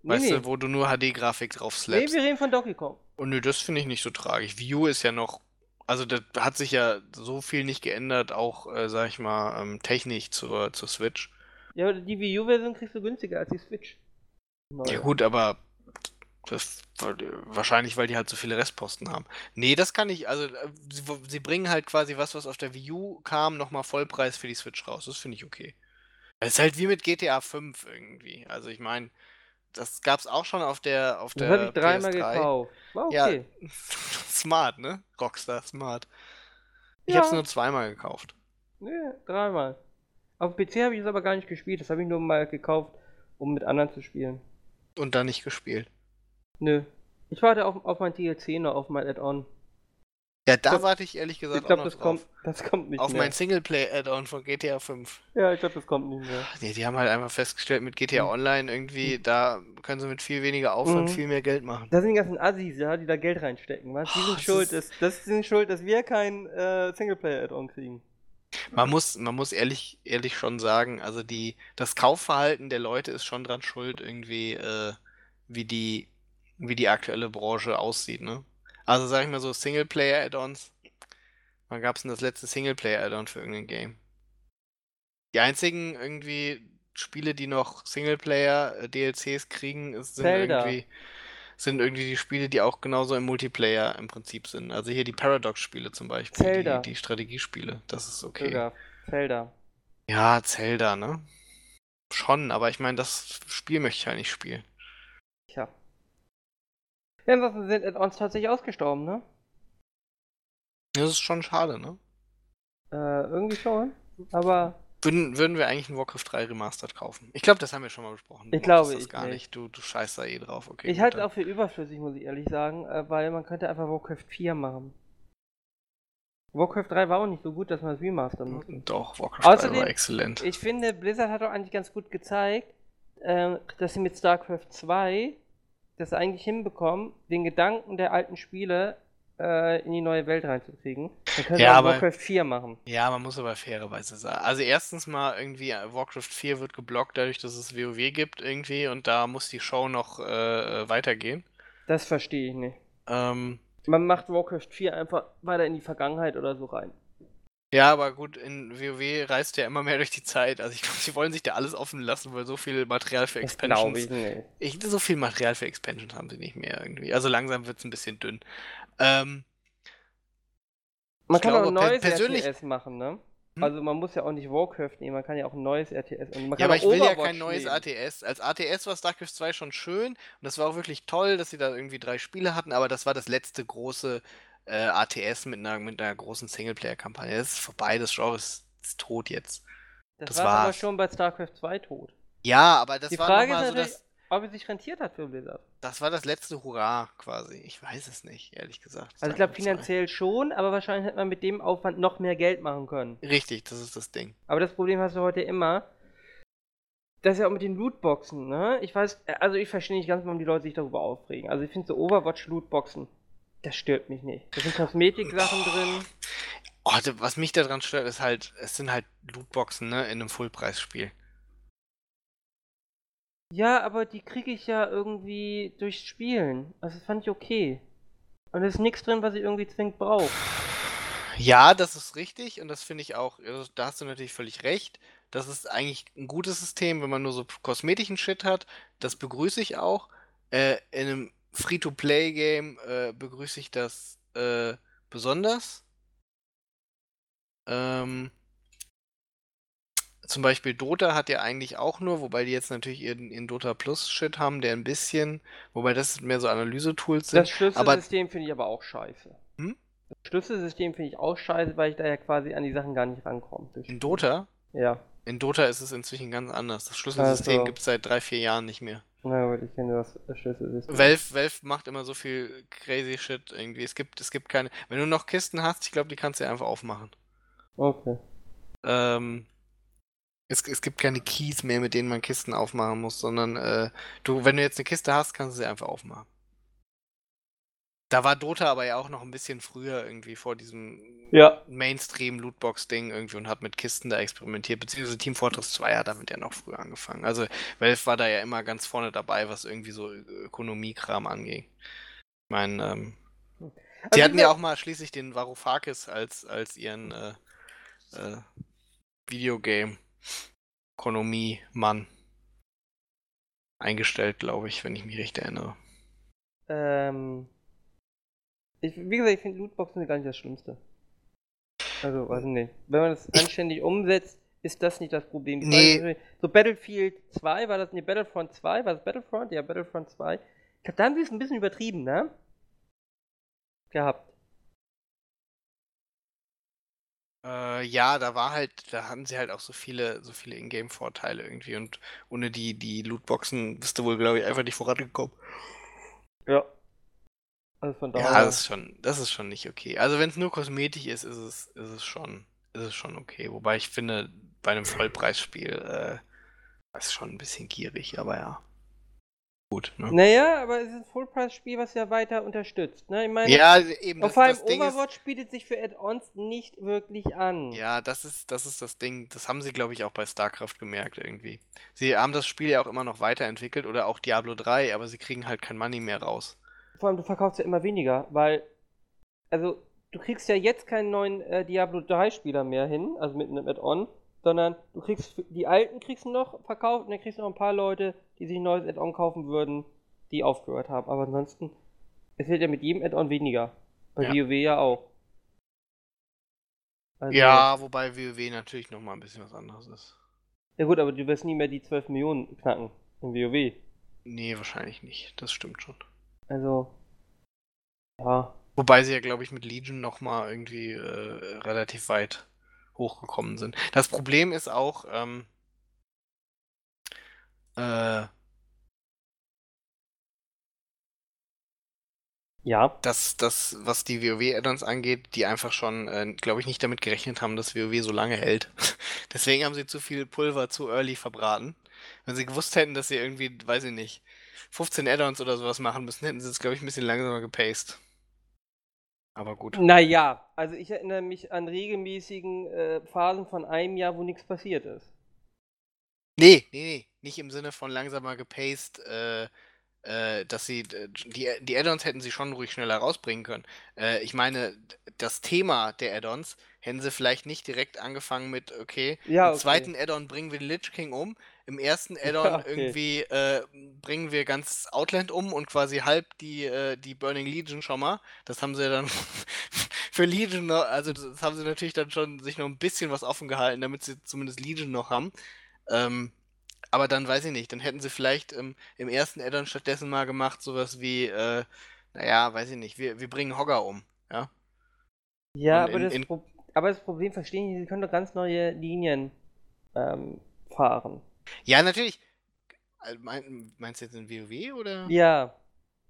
[SPEAKER 1] Nee,
[SPEAKER 2] weißt
[SPEAKER 1] nee.
[SPEAKER 2] du, wo du nur HD-Grafik drauf
[SPEAKER 1] nee,
[SPEAKER 2] slappst.
[SPEAKER 1] wir reden von Donkey Kong.
[SPEAKER 2] Und nö, das finde ich nicht so tragisch. Wii U ist ja noch. Also, da hat sich ja so viel nicht geändert, auch, äh, sag ich mal, ähm, technisch zur, zur Switch.
[SPEAKER 1] Ja, aber die Wii U-Version kriegst du günstiger als die Switch. Neue.
[SPEAKER 2] Ja, gut, aber. Das, wahrscheinlich, weil die halt so viele Restposten haben. Nee, das kann ich. Also, äh, sie, sie bringen halt quasi was, was auf der Wii U kam, nochmal Vollpreis für die Switch raus. Das finde ich okay. Es ist halt wie mit GTA 5 irgendwie. Also, ich meine, das gab's auch schon auf der. Auf
[SPEAKER 1] Das
[SPEAKER 2] der
[SPEAKER 1] habe ich dreimal
[SPEAKER 2] äh, PS3.
[SPEAKER 1] gekauft. War
[SPEAKER 2] Ja,
[SPEAKER 1] okay.
[SPEAKER 2] smart, ne? Rockstar smart. Ich
[SPEAKER 1] Ja.
[SPEAKER 2] hab's nur zweimal gekauft.
[SPEAKER 1] Nee, dreimal. Auf dem PC habe ich es aber gar nicht gespielt. Das habe ich nur mal gekauft, um mit anderen zu spielen.
[SPEAKER 2] Und dann nicht gespielt.
[SPEAKER 1] Nö. Ich warte auf, auf mein DLC noch, auf mein Add-on.
[SPEAKER 2] Ja, da
[SPEAKER 1] Das-
[SPEAKER 2] warte ich ehrlich gesagt
[SPEAKER 1] Ich glaube,
[SPEAKER 2] auch noch
[SPEAKER 1] das
[SPEAKER 2] drauf.
[SPEAKER 1] kommt, das kommt nicht
[SPEAKER 2] Auf
[SPEAKER 1] mehr.
[SPEAKER 2] mein Singleplay-Add-on von GTA 5.
[SPEAKER 1] ja, ich glaube, das kommt nicht mehr.
[SPEAKER 2] Nee, die haben halt einfach festgestellt, mit GTA Online irgendwie, da können sie mit viel weniger Aufwand
[SPEAKER 1] Mhm.
[SPEAKER 2] viel mehr Geld machen.
[SPEAKER 1] Das sind die ganzen Assis, ja, die da Geld reinstecken, was? Die
[SPEAKER 2] Oh,
[SPEAKER 1] sind
[SPEAKER 2] das
[SPEAKER 1] schuld, dass,
[SPEAKER 2] ist-
[SPEAKER 1] das sind schuld, dass wir kein äh, Singleplayer-Add-on kriegen.
[SPEAKER 2] Man muss, man muss ehrlich, ehrlich schon sagen, also die, das Kaufverhalten der Leute ist schon dran schuld, irgendwie, äh, wie die, wie die aktuelle Branche aussieht, ne? Also sag ich mal so, Singleplayer-Add-ons. Wann gab's denn das letzte Singleplayer-Add-on für irgendein Game? Die einzigen irgendwie Spiele, die noch äh, Singleplayer-DLCs kriegen, ist, sind
[SPEAKER 1] Zelda.
[SPEAKER 2] irgendwie, sind irgendwie die Spiele, die auch genauso im Multiplayer im Prinzip sind. Also hier die Paradox-Spiele zum Beispiel, die,
[SPEAKER 1] Zelda.
[SPEAKER 2] die Strategiespiele. Das ist okay.
[SPEAKER 1] Sogar Zelda.
[SPEAKER 2] Ja, Zelda, ne? Schon, aber ich meine, das Spiel möchte ich halt nicht spielen.
[SPEAKER 1] Tja. Ja, ansonsten sind Add-ons tatsächlich ausgestorben, ne?
[SPEAKER 2] Das ist schon schade, ne?
[SPEAKER 1] Äh, irgendwie schon. Aber
[SPEAKER 2] Würden, würden wir eigentlich ein Warcraft 3 Remastered kaufen? Ich glaube, das haben wir schon mal besprochen. Du
[SPEAKER 1] Ich glaube,
[SPEAKER 2] mochtest das
[SPEAKER 1] ich
[SPEAKER 2] gar
[SPEAKER 1] nicht.
[SPEAKER 2] nicht. Du, du scheißt da eh drauf, okay.
[SPEAKER 1] ich halt halte
[SPEAKER 2] gut,
[SPEAKER 1] es
[SPEAKER 2] dann.
[SPEAKER 1] auch für überflüssig, muss ich ehrlich sagen, äh, weil man könnte einfach Warcraft 4 machen. Warcraft 3 war auch nicht so gut, dass man es
[SPEAKER 2] Mhm.
[SPEAKER 1] remastern muss.
[SPEAKER 2] Doch, Warcraft 3
[SPEAKER 1] Außerdem-
[SPEAKER 2] war exzellent.
[SPEAKER 1] Ich finde, Blizzard hat doch eigentlich ganz gut gezeigt, ähm, dass sie mit StarCraft 2 das eigentlich hinbekommen, den Gedanken der alten Spiele äh, in die neue Welt reinzukriegen. Dann können
[SPEAKER 2] Ja,
[SPEAKER 1] sie auch
[SPEAKER 2] aber-
[SPEAKER 1] Warcraft 4 machen.
[SPEAKER 2] Ja, man muss aber fairerweise sagen. Also erstens mal irgendwie, äh, Warcraft 4 wird geblockt dadurch, dass es WoW gibt irgendwie und da muss die Show noch äh, äh, weitergehen.
[SPEAKER 1] Das verstehe ich nicht.
[SPEAKER 2] Ähm,
[SPEAKER 1] Man macht Warcraft 4 einfach weiter in die Vergangenheit oder so rein.
[SPEAKER 2] Ja, aber gut, in WoW reist ja immer mehr durch die Zeit. Also ich glaube, sie wollen sich da alles offen lassen, weil so viel Material für
[SPEAKER 1] Das
[SPEAKER 2] Expansions.
[SPEAKER 1] glaube ich nicht.
[SPEAKER 2] Ich, so viel Material für Expansions haben sie nicht mehr irgendwie. Also langsam wird's ein bisschen dünn. Ähm,
[SPEAKER 1] Man
[SPEAKER 2] Ich
[SPEAKER 1] kann auch
[SPEAKER 2] glaube,
[SPEAKER 1] ein
[SPEAKER 2] per-
[SPEAKER 1] neues
[SPEAKER 2] persönlich-
[SPEAKER 1] RTS machen, ne?
[SPEAKER 2] Hm?
[SPEAKER 1] Also man muss ja auch nicht Warcraft nehmen, man kann ja auch ein neues RTS und man kann
[SPEAKER 2] ja, aber
[SPEAKER 1] auch
[SPEAKER 2] ich will ja
[SPEAKER 1] Overwatch
[SPEAKER 2] kein neues
[SPEAKER 1] nehmen.
[SPEAKER 2] ATS. Als ATS war StarCraft 2 schon schön und das war auch wirklich toll, dass sie da irgendwie drei Spiele hatten, aber das war das letzte große äh, ATS mit einer, mit einer großen Singleplayer-Kampagne. Das ist vorbei, das Genre ist, ist tot jetzt.
[SPEAKER 1] Das,
[SPEAKER 2] das
[SPEAKER 1] war aber
[SPEAKER 2] war's.
[SPEAKER 1] schon bei StarCraft 2 tot.
[SPEAKER 2] Ja, aber das
[SPEAKER 1] Die
[SPEAKER 2] war
[SPEAKER 1] Frage
[SPEAKER 2] nochmal
[SPEAKER 1] ist
[SPEAKER 2] so das.
[SPEAKER 1] natürlich, ob es sich rentiert hat für Blizzard.
[SPEAKER 2] Das war das letzte Hurra quasi. Ich weiß es nicht, ehrlich gesagt.
[SPEAKER 1] Also ich glaube
[SPEAKER 2] Sagen wir mal
[SPEAKER 1] finanziell schon, aber wahrscheinlich hätte man mit dem Aufwand noch mehr Geld machen können.
[SPEAKER 2] zwei. Richtig, das ist das Ding.
[SPEAKER 1] Aber das Problem hast du heute immer. Das ist ja auch mit den Lootboxen, ne? Ich weiß, also ich verstehe nicht ganz, warum die Leute sich darüber aufregen. Also ich finde so Overwatch-Lootboxen, das stört mich nicht. Da sind Kosmetiksachen drin.
[SPEAKER 2] Oh, da- was mich daran stört, ist halt, es sind halt Lootboxen, ne, in einem Fullpreisspiel.
[SPEAKER 1] Ja, aber die kriege ich ja irgendwie durchs Spielen. Also das fand ich okay. Und es ist nichts drin, was ich irgendwie zwingend brauche.
[SPEAKER 2] Ja, das ist richtig und das finde ich auch, also da hast du natürlich völlig recht. Das ist eigentlich ein gutes System, wenn man nur so kosmetischen Shit hat. Das begrüße ich auch. Äh, in einem Free-to-Play-Game äh, begrüße ich das äh, besonders. Ähm, zum Beispiel Dota hat ja eigentlich auch nur, wobei die jetzt natürlich ihren, ihren Dota Plus Shit haben, der ein bisschen, wobei das mehr so Analyse-Tools sind.
[SPEAKER 1] Das Schlüsselsystem finde ich aber auch scheiße.
[SPEAKER 2] Hm?
[SPEAKER 1] Das Schlüsselsystem finde ich auch scheiße, weil ich da ja quasi an die Sachen gar nicht rankomme. durch-
[SPEAKER 2] In Dota?
[SPEAKER 1] Ja.
[SPEAKER 2] In Dota ist es inzwischen ganz anders. Das Schlüsselsystem
[SPEAKER 1] Also.
[SPEAKER 2] gibt es seit drei, vier Jahren nicht mehr.
[SPEAKER 1] Na gut, ich kenne das Schlüsselsystem.
[SPEAKER 2] Valve, Valve macht immer so viel crazy Shit irgendwie. Es gibt, es gibt keine. Wenn du noch Kisten hast, ich glaube, die kannst du einfach aufmachen.
[SPEAKER 1] Okay.
[SPEAKER 2] Ähm, es, es gibt keine Keys mehr, mit denen man Kisten aufmachen muss, sondern äh, du, wenn du jetzt eine Kiste hast, kannst du sie einfach aufmachen. Da war Dota aber ja auch noch ein bisschen früher irgendwie vor diesem
[SPEAKER 1] Ja.
[SPEAKER 2] Mainstream-Lootbox-Ding irgendwie und hat mit Kisten da experimentiert, beziehungsweise Team Fortress 2 hat damit ja noch früher angefangen. Also Valve war da ja immer ganz vorne dabei, was irgendwie so Ö- Ökonomiekram anging. Ich meine, ähm,
[SPEAKER 1] Also
[SPEAKER 2] die hatten ja auch mal schließlich den Varoufakis als, als ihren äh, äh, Videogame-Ökonomie-Mann eingestellt, glaube ich, wenn ich mich recht erinnere.
[SPEAKER 1] Ähm, ich, wie gesagt, ich finde Lootboxen gar nicht das Schlimmste. Also, weiß ich nicht. Wenn man das
[SPEAKER 2] Ich-
[SPEAKER 1] anständig umsetzt, ist das nicht das Problem. Die
[SPEAKER 2] Nee.
[SPEAKER 1] Frage ist, So Battlefield 2, war das, nee, Battlefront 2, war das Battlefront? Ja, Battlefront 2. Ich glaube, da haben sie es ein bisschen übertrieben, ne? Gehabt.
[SPEAKER 2] Äh, ja, da war halt, da haben sie halt auch so viele, so viele Ingame-Vorteile irgendwie und ohne die, die Lootboxen bist du wohl, glaube ich, einfach nicht vorangekommen.
[SPEAKER 1] Ja. Also von daher.
[SPEAKER 2] Ja, das ist schon, das ist schon nicht okay. Also wenn es nur Kosmetik ist, ist es, ist es schon, ist es schon okay. Wobei ich finde, bei einem Vollpreisspiel äh, das ist schon ein bisschen gierig, aber ja. Gut, ne?
[SPEAKER 1] naja, aber es ist ein Full-Price-Spiel, was ja weiter unterstützt, ne? Ich meine,
[SPEAKER 2] Ja, eben,
[SPEAKER 1] und
[SPEAKER 2] das,
[SPEAKER 1] vor allem
[SPEAKER 2] das Ding ist,
[SPEAKER 1] Overwatch bietet sich für Add-ons nicht wirklich an.
[SPEAKER 2] ja, das ist, das ist das Ding, das haben sie, glaube ich, auch bei StarCraft gemerkt irgendwie. Sie haben das Spiel ja auch immer noch weiterentwickelt oder auch Diablo 3, aber sie kriegen halt kein Money mehr raus.
[SPEAKER 1] Vor allem, du verkaufst ja immer weniger, weil, also, du kriegst ja jetzt keinen neuen äh, Diablo 3-Spieler mehr hin, also mit einem Add-on, sondern du kriegst, die alten kriegst du noch verkauft und dann kriegst du noch ein paar Leute, die sich ein neues Add-on kaufen würden, die aufgehört haben. Aber ansonsten, es wird ja mit jedem Add-on weniger. Bei
[SPEAKER 2] Ja.
[SPEAKER 1] WoW ja auch. Also-
[SPEAKER 2] Ja, wobei WoW natürlich nochmal ein bisschen was anderes ist.
[SPEAKER 1] Ja gut, aber du wirst nie mehr die 12 Millionen knacken in WoW.
[SPEAKER 2] Nee, wahrscheinlich nicht. Das stimmt schon.
[SPEAKER 1] Also, ja.
[SPEAKER 2] Wobei sie ja, glaube ich, mit Legion nochmal irgendwie äh, relativ weit hochgekommen sind. Das Problem ist auch, ähm, äh,
[SPEAKER 1] Ja.
[SPEAKER 2] dass das, was die WoW-Add-ons angeht, die einfach schon, äh, glaube ich, nicht damit gerechnet haben, dass WoW so lange hält. Deswegen haben sie zu viel Pulver zu early verbraten. Wenn sie gewusst hätten, dass sie irgendwie, weiß ich nicht, 15 Add-ons oder sowas machen müssen, hätten sie es, glaube ich, ein bisschen langsamer gepaced. Aber gut.
[SPEAKER 1] Naja, also ich erinnere mich an regelmäßigen äh, Phasen von einem Jahr, wo nichts passiert ist.
[SPEAKER 2] Nee, nee, nee. Nicht im Sinne von langsamer gepaced, äh, äh, dass sie, d- die, die Add-ons hätten sie schon ruhig schneller rausbringen können. Äh, ich meine, d- das Thema der Add-ons hätten sie vielleicht nicht direkt angefangen mit, okay,
[SPEAKER 1] Ja,
[SPEAKER 2] im
[SPEAKER 1] okay.
[SPEAKER 2] zweiten Add-on bringen wir den Lich King um, im ersten Add-on
[SPEAKER 1] Ja, okay.
[SPEAKER 2] irgendwie äh, bringen wir ganz Outland um und quasi halb die, äh, die Burning Legion schon mal. Das haben sie dann für Legion, noch, also das haben sie natürlich dann schon sich noch ein bisschen was offen gehalten, damit sie zumindest Legion noch haben. Ähm, aber dann weiß ich nicht, dann hätten sie vielleicht ähm, im ersten Addon stattdessen mal gemacht, sowas wie, äh, naja, weiß ich nicht, wir, wir bringen Hogger um. Ja?
[SPEAKER 1] Ja,
[SPEAKER 2] Und
[SPEAKER 1] aber,
[SPEAKER 2] in-
[SPEAKER 1] das
[SPEAKER 2] in-
[SPEAKER 1] Pro aber das Problem verstehe ich nicht, sie können doch ganz neue Linien ähm, fahren.
[SPEAKER 2] ja, natürlich. Äh, Mein, meinst du jetzt in WoW oder?
[SPEAKER 1] Ja,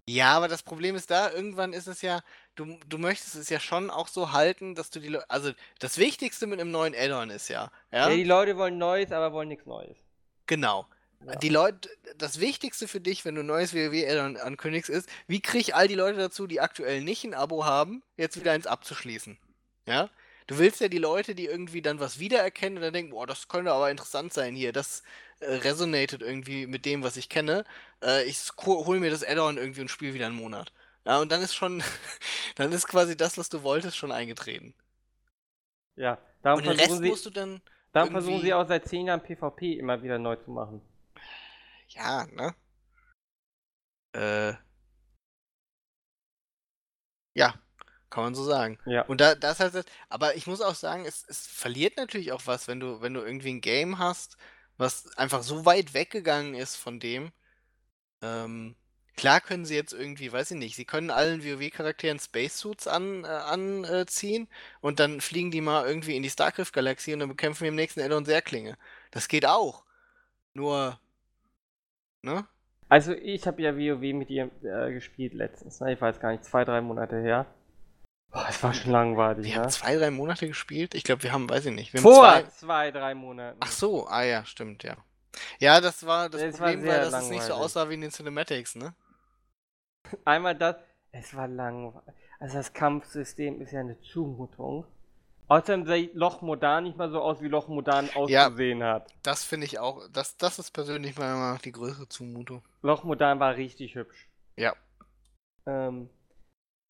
[SPEAKER 2] Ja, aber das Problem ist da, irgendwann ist es ja, du, du möchtest es ja schon auch so halten, dass du die Leute, also das Wichtigste mit einem neuen Addon ist ja,
[SPEAKER 1] ja.
[SPEAKER 2] ja,
[SPEAKER 1] die Leute wollen Neues, aber wollen nichts Neues.
[SPEAKER 2] genau.
[SPEAKER 1] Ja.
[SPEAKER 2] Die Leute, das Wichtigste für dich, wenn du ein neues WoW-Addon ankündigst, ist, wie krieg ich all die Leute dazu, die aktuell nicht ein Abo haben, jetzt wieder eins abzuschließen? Ja? Du willst ja die Leute, die irgendwie dann was wiedererkennen und dann denken, boah, das könnte aber interessant sein hier, das äh, resonated irgendwie mit dem, was ich kenne. Äh, ich sk- hol mir das Addon irgendwie und spiele wieder einen Monat. Ja, und dann ist schon, dann ist quasi das, was du wolltest, schon eingetreten.
[SPEAKER 1] Ja, darum
[SPEAKER 2] Und den Rest
[SPEAKER 1] versuchen,
[SPEAKER 2] musst
[SPEAKER 1] sie,
[SPEAKER 2] du dann,
[SPEAKER 1] darum versuchen
[SPEAKER 2] irgendwie-
[SPEAKER 1] sie auch seit 10 Jahren PvP immer wieder neu zu machen.
[SPEAKER 2] ja, ne? Äh. Ja, Kann man so sagen.
[SPEAKER 1] Ja.
[SPEAKER 2] Und da, das heißt, aber ich muss auch sagen, es, es verliert natürlich auch was, wenn du, wenn du irgendwie ein Game hast, was einfach so weit weggegangen ist von dem. Ähm, klar können sie jetzt irgendwie, weiß ich nicht, sie können allen WoW-Charakteren Spacesuits an, äh, anziehen und dann fliegen die mal irgendwie in die Starcraft-Galaxie und dann bekämpfen wir im nächsten Addon Serklinge. Das geht auch. Nur, ne?
[SPEAKER 1] Also ich habe ja WoW mit ihr äh, gespielt letztens, ne? ich weiß gar nicht, zwei, drei Monate her. Boah, es war schon langweilig,
[SPEAKER 2] Wir
[SPEAKER 1] ne?
[SPEAKER 2] haben zwei, drei Monate gespielt. Ich glaube, wir haben, weiß ich nicht. Wir haben
[SPEAKER 1] Vor
[SPEAKER 2] zwei,
[SPEAKER 1] zwei, zwei, drei Monaten.
[SPEAKER 2] Ach so, ah ja, stimmt, ja. Ja, das war das,
[SPEAKER 1] Das war
[SPEAKER 2] Problem war,
[SPEAKER 1] sehr
[SPEAKER 2] dass es nicht so
[SPEAKER 1] langweilig.
[SPEAKER 2] aussah wie in den Cinematics, ne?
[SPEAKER 1] Einmal das, es war langweilig. Also das Kampfsystem ist ja eine Zumutung. Außerdem sieht Loch Modan nicht mal so aus, wie Loch Modan
[SPEAKER 2] Ja.
[SPEAKER 1] ausgesehen hat.
[SPEAKER 2] Das finde ich auch, das, das ist persönlich meiner Meinung nach die größere Zumutung.
[SPEAKER 1] Loch Modan war richtig hübsch.
[SPEAKER 2] Ja.
[SPEAKER 1] Ähm,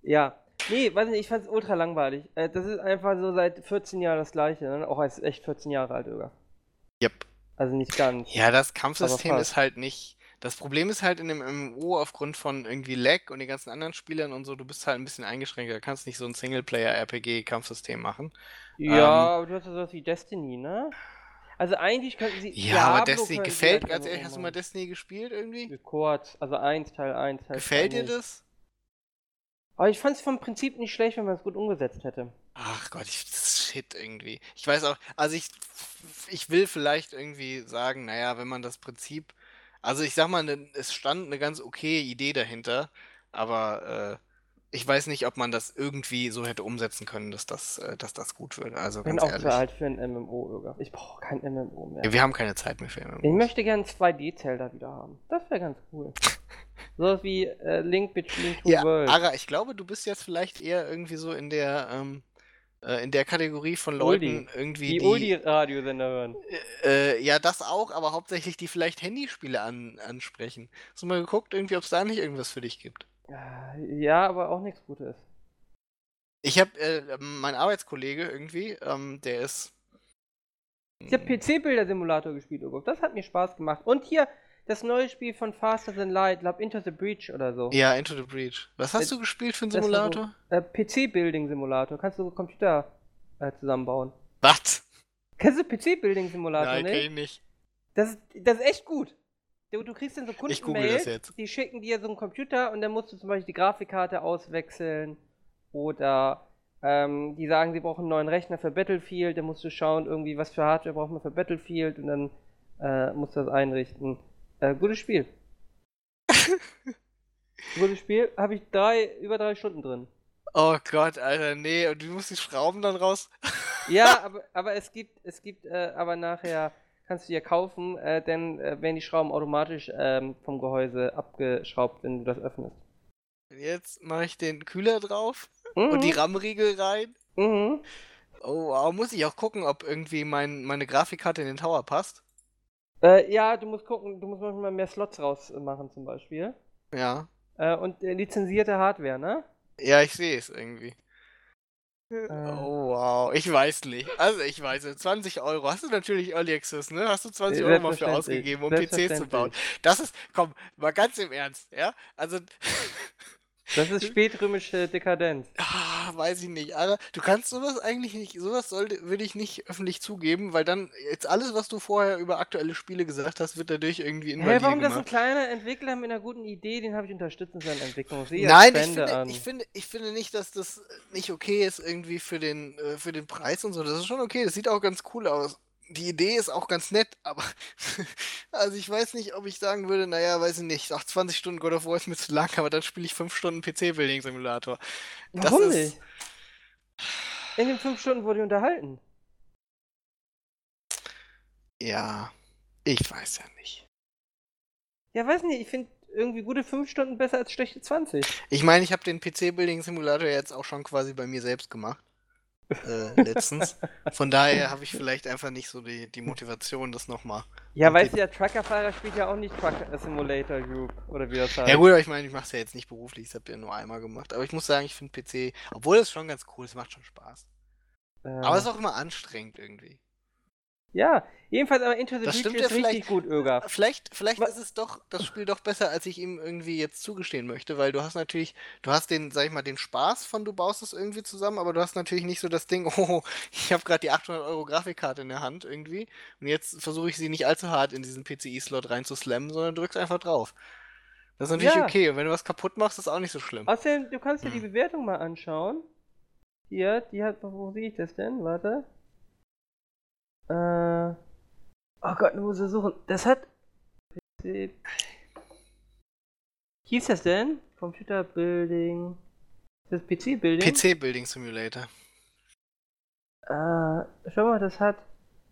[SPEAKER 1] ja. Nee, weiß nicht, ich fand's ultra langweilig. Äh, das ist einfach so seit 14 Jahren das gleiche, ne? Auch als echt 14 Jahre alt, sogar.
[SPEAKER 2] Yep.
[SPEAKER 1] Also nicht ganz.
[SPEAKER 2] Ja, das Kampfsystem
[SPEAKER 1] Aber
[SPEAKER 2] ist halt nicht. Das Problem ist halt in dem MMO aufgrund von irgendwie Lag und den ganzen anderen Spielern und so, du bist halt ein bisschen eingeschränkt. Da kannst nicht so ein Singleplayer-RPG-Kampfsystem machen. Ähm,
[SPEAKER 1] Ja, aber du hast ja sowas wie Destiny, ne? Also eigentlich könnten sie.
[SPEAKER 2] Ja, aber
[SPEAKER 1] Diablo halt
[SPEAKER 2] Destiny
[SPEAKER 1] könnten sie
[SPEAKER 2] gefällt, Also
[SPEAKER 1] als
[SPEAKER 2] ganz
[SPEAKER 1] MMO
[SPEAKER 2] ehrlich, hast du mal
[SPEAKER 1] machen.
[SPEAKER 2] Destiny gespielt irgendwie?
[SPEAKER 1] Kurz, also 1, Teil 1, Teil
[SPEAKER 2] Gefällt dir
[SPEAKER 1] das?
[SPEAKER 2] das?
[SPEAKER 1] Aber ich fand es vom Prinzip nicht schlecht, wenn man es gut umgesetzt hätte.
[SPEAKER 2] Ach Gott, ich, das ist shit irgendwie. Ich weiß auch, also ich, ich will vielleicht irgendwie sagen, naja, wenn man das Prinzip, also ich sag mal, ne, es stand eine ganz okay Idee dahinter, aber äh, ich weiß nicht, ob man das irgendwie so hätte umsetzen können, dass das, äh, dass das gut wird. Also
[SPEAKER 1] Ich bin
[SPEAKER 2] ganz
[SPEAKER 1] auch zu
[SPEAKER 2] ehrlich,
[SPEAKER 1] alt für ein MMO, Irga. Ich brauche kein MMO mehr.
[SPEAKER 2] wir haben keine Zeit mehr für
[SPEAKER 1] Ich
[SPEAKER 2] MMOs.
[SPEAKER 1] möchte gerne 2D-Zelda wieder haben. Das wäre ganz cool. so wie äh, Link Between Two
[SPEAKER 2] Ja,
[SPEAKER 1] Worlds.
[SPEAKER 2] Ara, ich glaube, du bist jetzt vielleicht eher irgendwie so in der, ähm, äh, in der Kategorie von
[SPEAKER 1] Uldi.
[SPEAKER 2] Leuten irgendwie,
[SPEAKER 1] die
[SPEAKER 2] die,
[SPEAKER 1] Uli-Radiosender hören.
[SPEAKER 2] Äh, ja, das auch, aber hauptsächlich die vielleicht Handyspiele an, ansprechen. Hast du mal geguckt, irgendwie, ob es da nicht irgendwas für dich gibt?
[SPEAKER 1] Äh, Ja, aber auch nichts Gutes.
[SPEAKER 2] Ich habe äh, mein Arbeitskollege irgendwie, ähm, der ist.
[SPEAKER 1] Ich habe PC-Bilder-Simulator gespielt, Urgo. Das hat mir Spaß gemacht. Und hier das neue Spiel von Faster Than Light, Lab Into the Breach oder so.
[SPEAKER 2] Ja, Into the Breach. Was hast
[SPEAKER 1] Äh,
[SPEAKER 2] du gespielt für einen
[SPEAKER 1] das war so-
[SPEAKER 2] Simulator?
[SPEAKER 1] Äh, PC-Building-Simulator. Kannst du Computer äh, zusammenbauen.
[SPEAKER 2] Was?
[SPEAKER 1] Kennst du PC-Building-Simulator,
[SPEAKER 2] Nein,
[SPEAKER 1] ne?
[SPEAKER 2] kenn ich nicht.
[SPEAKER 1] Das ist, das ist echt gut. Du, du kriegst dann so
[SPEAKER 2] Ich google das
[SPEAKER 1] Kundenmails,
[SPEAKER 2] jetzt.
[SPEAKER 1] die schicken dir so einen Computer und dann musst du zum Beispiel die Grafikkarte auswechseln oder ähm, die sagen, sie brauchen einen neuen Rechner für Battlefield, dann musst du schauen, irgendwie, was für Hardware braucht man für Battlefield und dann äh, musst du das einrichten. Äh, gutes Spiel. gutes Spiel, habe ich drei, über drei Stunden drin.
[SPEAKER 2] Oh Gott, Alter, nee, und du musst die Schrauben dann raus.
[SPEAKER 1] Ja, aber, aber es gibt, es gibt, äh, aber nachher kannst du ja kaufen, äh, denn äh, werden die Schrauben automatisch ähm, vom Gehäuse abgeschraubt, wenn du das öffnest.
[SPEAKER 2] Jetzt mache ich den Kühler drauf
[SPEAKER 1] Mhm.
[SPEAKER 2] und die RAM-Riegel rein.
[SPEAKER 1] mhm.
[SPEAKER 2] Oh, wow, muss ich auch gucken, ob irgendwie mein, meine Grafikkarte in den Tower passt.
[SPEAKER 1] äh, ja, du musst gucken, du musst manchmal mehr Slots rausmachen zum Beispiel.
[SPEAKER 2] Ja.
[SPEAKER 1] Äh, und äh, lizenzierte Hardware, ne?
[SPEAKER 2] Ja, ich sehe es irgendwie.
[SPEAKER 1] Äh.
[SPEAKER 2] Oh, wow. Ich weiß nicht. Also, ich weiß nicht. 20 Euro. Hast du natürlich Early Access, ne? Hast du 20 Euro mal für
[SPEAKER 1] Äh, Selbstverständlich,
[SPEAKER 2] ausgegeben, um PCs zu bauen.
[SPEAKER 1] selbstverständlich.
[SPEAKER 2] Das ist, komm, mal ganz im Ernst, ja? Also,
[SPEAKER 1] Das ist spätrömische Dekadenz.
[SPEAKER 2] ah, weiß ich nicht. Alter, du kannst sowas eigentlich nicht, sowas sollte, würde ich nicht öffentlich zugeben, weil dann jetzt alles, was du vorher über aktuelle Spiele gesagt hast, wird dadurch irgendwie
[SPEAKER 1] Hä,
[SPEAKER 2] invalide
[SPEAKER 1] warum das ein
[SPEAKER 2] gemacht.
[SPEAKER 1] kleiner Entwickler mit einer guten Idee, den habe ich unterstützt in seiner Entwicklung. Sieh als
[SPEAKER 2] Nein, ich
[SPEAKER 1] Spende
[SPEAKER 2] finde,
[SPEAKER 1] an.
[SPEAKER 2] ich, finde, ich finde nicht, dass das nicht okay ist irgendwie für den, äh, für den Preis und so. Das ist schon okay, das sieht auch ganz cool aus. Die Idee ist auch ganz nett, aber also ich weiß nicht, ob ich sagen würde, naja, weiß ich nicht, ach, 20 Stunden God of War ist mir zu lang, aber dann spiele ich 5 Stunden PC-Building-Simulator. das
[SPEAKER 1] Warum
[SPEAKER 2] ist-
[SPEAKER 1] nicht? In den fünf Stunden wurde ich unterhalten.
[SPEAKER 2] Ja, ich weiß ja nicht.
[SPEAKER 1] Ja, weiß nicht, ich finde irgendwie gute 5 Stunden besser als schlechte 20.
[SPEAKER 2] Ich meine, ich habe den PC-Building-Simulator jetzt auch schon quasi bei mir selbst gemacht. Äh, letztens. Von daher habe ich vielleicht einfach nicht so die, die Motivation, das nochmal.
[SPEAKER 1] Ja,
[SPEAKER 2] Okay.
[SPEAKER 1] weißt du, der Truckerfahrer spielt ja auch nicht Trucker Simulator Group oder wie das heißt.
[SPEAKER 2] Ja gut, aber ich meine, ich mache es ja jetzt nicht beruflich, ich habe ja nur einmal gemacht. Aber ich muss sagen, ich finde PC, obwohl es schon ganz cool ist, macht schon Spaß.
[SPEAKER 1] äh,
[SPEAKER 2] Aber es ist auch immer anstrengend irgendwie.
[SPEAKER 1] Ja, jedenfalls aber Into the
[SPEAKER 2] Das
[SPEAKER 1] Breach
[SPEAKER 2] stimmt
[SPEAKER 1] ist
[SPEAKER 2] ja
[SPEAKER 1] richtig
[SPEAKER 2] vielleicht.
[SPEAKER 1] gut, Öga.
[SPEAKER 2] Vielleicht, vielleicht
[SPEAKER 1] Wa-
[SPEAKER 2] ist es doch das Spiel doch besser, als ich ihm irgendwie jetzt zugestehen möchte, weil du hast natürlich, du hast den, sag ich mal, den Spaß von du baust es irgendwie zusammen, aber du hast natürlich nicht so das Ding, oh, ich habe gerade die 800 Euro Grafikkarte in der Hand irgendwie und jetzt versuche ich sie nicht allzu hart in diesen PCI-Slot reinzuslammen, sondern drückst einfach drauf. Das ist natürlich
[SPEAKER 1] Ja.
[SPEAKER 2] okay und wenn du was kaputt machst, ist auch nicht so schlimm.
[SPEAKER 1] Außerdem, du kannst dir die
[SPEAKER 2] Hm.
[SPEAKER 1] Bewertung mal anschauen. Hier, die hat, wo sehe ich das denn? Warte. Äh. Oh Gott, ich muss ich suchen. Das hat. PC. Hieß das denn? Computer Building. Das PC Building?
[SPEAKER 2] PC-Building Simulator.
[SPEAKER 1] Äh, schau mal, das hat.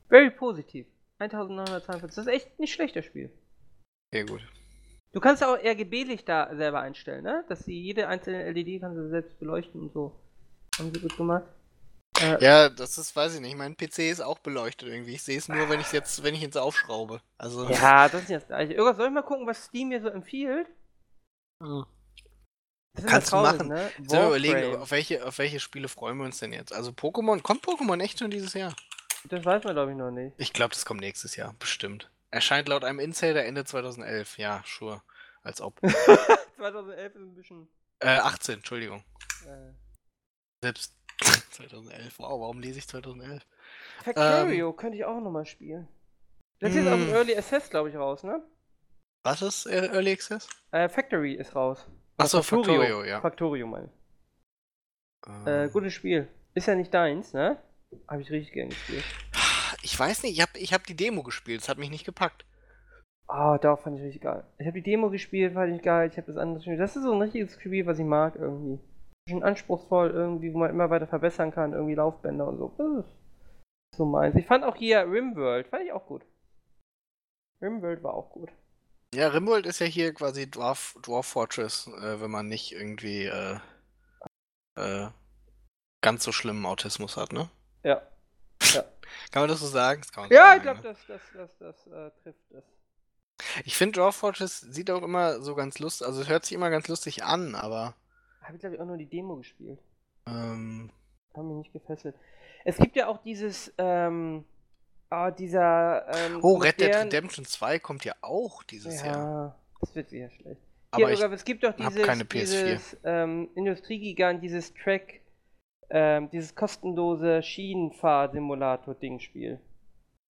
[SPEAKER 1] Very positiv. 1942. Das ist echt nicht schlecht, das Spiel.
[SPEAKER 2] Ja, gut.
[SPEAKER 1] Du kannst auch RGB-Lichter selber einstellen, ne? Dass sie jede einzelne LED kannst du selbst beleuchten und so. Haben sie gut gemacht. Äh,
[SPEAKER 2] Ja, das ist, weiß ich nicht, mein PC ist auch beleuchtet irgendwie. Ich sehe es nur, wenn ich jetzt, wenn ich jetzt aufschraube. Also.
[SPEAKER 1] Ja, das ist ja das gleiche. Irgendwas soll ich mal gucken, was Steam mir so empfiehlt? Das ist
[SPEAKER 2] Hm. Kannst du
[SPEAKER 1] ja traurig,
[SPEAKER 2] machen.
[SPEAKER 1] Ne?
[SPEAKER 2] Jetzt müssen wir überlegen,
[SPEAKER 1] Warframe.
[SPEAKER 2] auf welche, auf welche Spiele freuen wir uns denn jetzt? Also Pokémon, kommt Pokémon echt schon dieses Jahr?
[SPEAKER 1] Das weiß man, glaube ich, noch nicht.
[SPEAKER 2] Ich glaube, das kommt nächstes Jahr, bestimmt. Erscheint laut einem Insider Ende 2011. Ja, sure. Als ob. äh,
[SPEAKER 1] 2011 ist ein bisschen.
[SPEAKER 2] 18, Entschuldigung.
[SPEAKER 1] Äh,
[SPEAKER 2] Selbst 2011. Wow, warum lese ich 2011?
[SPEAKER 1] Factorio könnte ich auch nochmal spielen. Das ist
[SPEAKER 2] Ähm. Hm.
[SPEAKER 1] auf dem Early Access, glaube ich, raus, ne?
[SPEAKER 2] Was ist äh, Early Access?
[SPEAKER 1] Äh, Factory ist raus.
[SPEAKER 2] Achso,
[SPEAKER 1] Factorio.
[SPEAKER 2] Factorio, ja.
[SPEAKER 1] Factorio, meine ich. Äh,
[SPEAKER 2] Ähm,
[SPEAKER 1] gutes Spiel. Ist ja nicht deins, ne? Habe ich richtig gern gespielt.
[SPEAKER 2] Ich weiß nicht, ich habe ich hab die Demo gespielt, es hat mich nicht gepackt.
[SPEAKER 1] Ah, oh, darauf fand ich richtig geil. Ich habe die Demo gespielt, fand ich geil. Ich habe das andere gespielt. Das ist so ein richtiges Spiel, was ich mag irgendwie. Schon anspruchsvoll irgendwie, wo man immer weiter verbessern kann, irgendwie Laufbänder und so. Das ist so meins. Ich fand auch hier Rimworld, fand ich auch gut. Rimworld war auch gut.
[SPEAKER 2] Ja, Rimworld ist ja hier quasi Dwarf, Dwarf Fortress, äh, wenn man nicht irgendwie äh, äh, ganz so schlimmen Autismus hat, ne?
[SPEAKER 1] Ja.
[SPEAKER 2] Kann man das so sagen? Das kann man so
[SPEAKER 1] Ja, ich glaube,
[SPEAKER 2] sagen, ne?
[SPEAKER 1] das, das, das, das äh, trifft es.
[SPEAKER 2] Ich finde Dwarf Fortress sieht auch immer so ganz lustig, also es hört sich immer ganz lustig an, aber
[SPEAKER 1] Habe ich, glaube ich, auch nur die Demo gespielt.
[SPEAKER 2] ähm,
[SPEAKER 1] Haben mich nicht gefesselt. Es gibt ja auch dieses, ähm, ah, dieser, ähm,
[SPEAKER 2] Oh, Red Dead
[SPEAKER 1] modernen-
[SPEAKER 2] Redemption 2 kommt ja auch dieses Jahr.
[SPEAKER 1] Ja, das wird wieder schlecht.
[SPEAKER 2] Aber
[SPEAKER 1] Hier,
[SPEAKER 2] ich,
[SPEAKER 1] Urgab, es gibt doch
[SPEAKER 2] hab
[SPEAKER 1] dieses,
[SPEAKER 2] keine PS4.
[SPEAKER 1] dieses ähm, Industriegigant, dieses Track, ähm, dieses kostenlose Schienenfahr-Simulator-Ding-Spiel.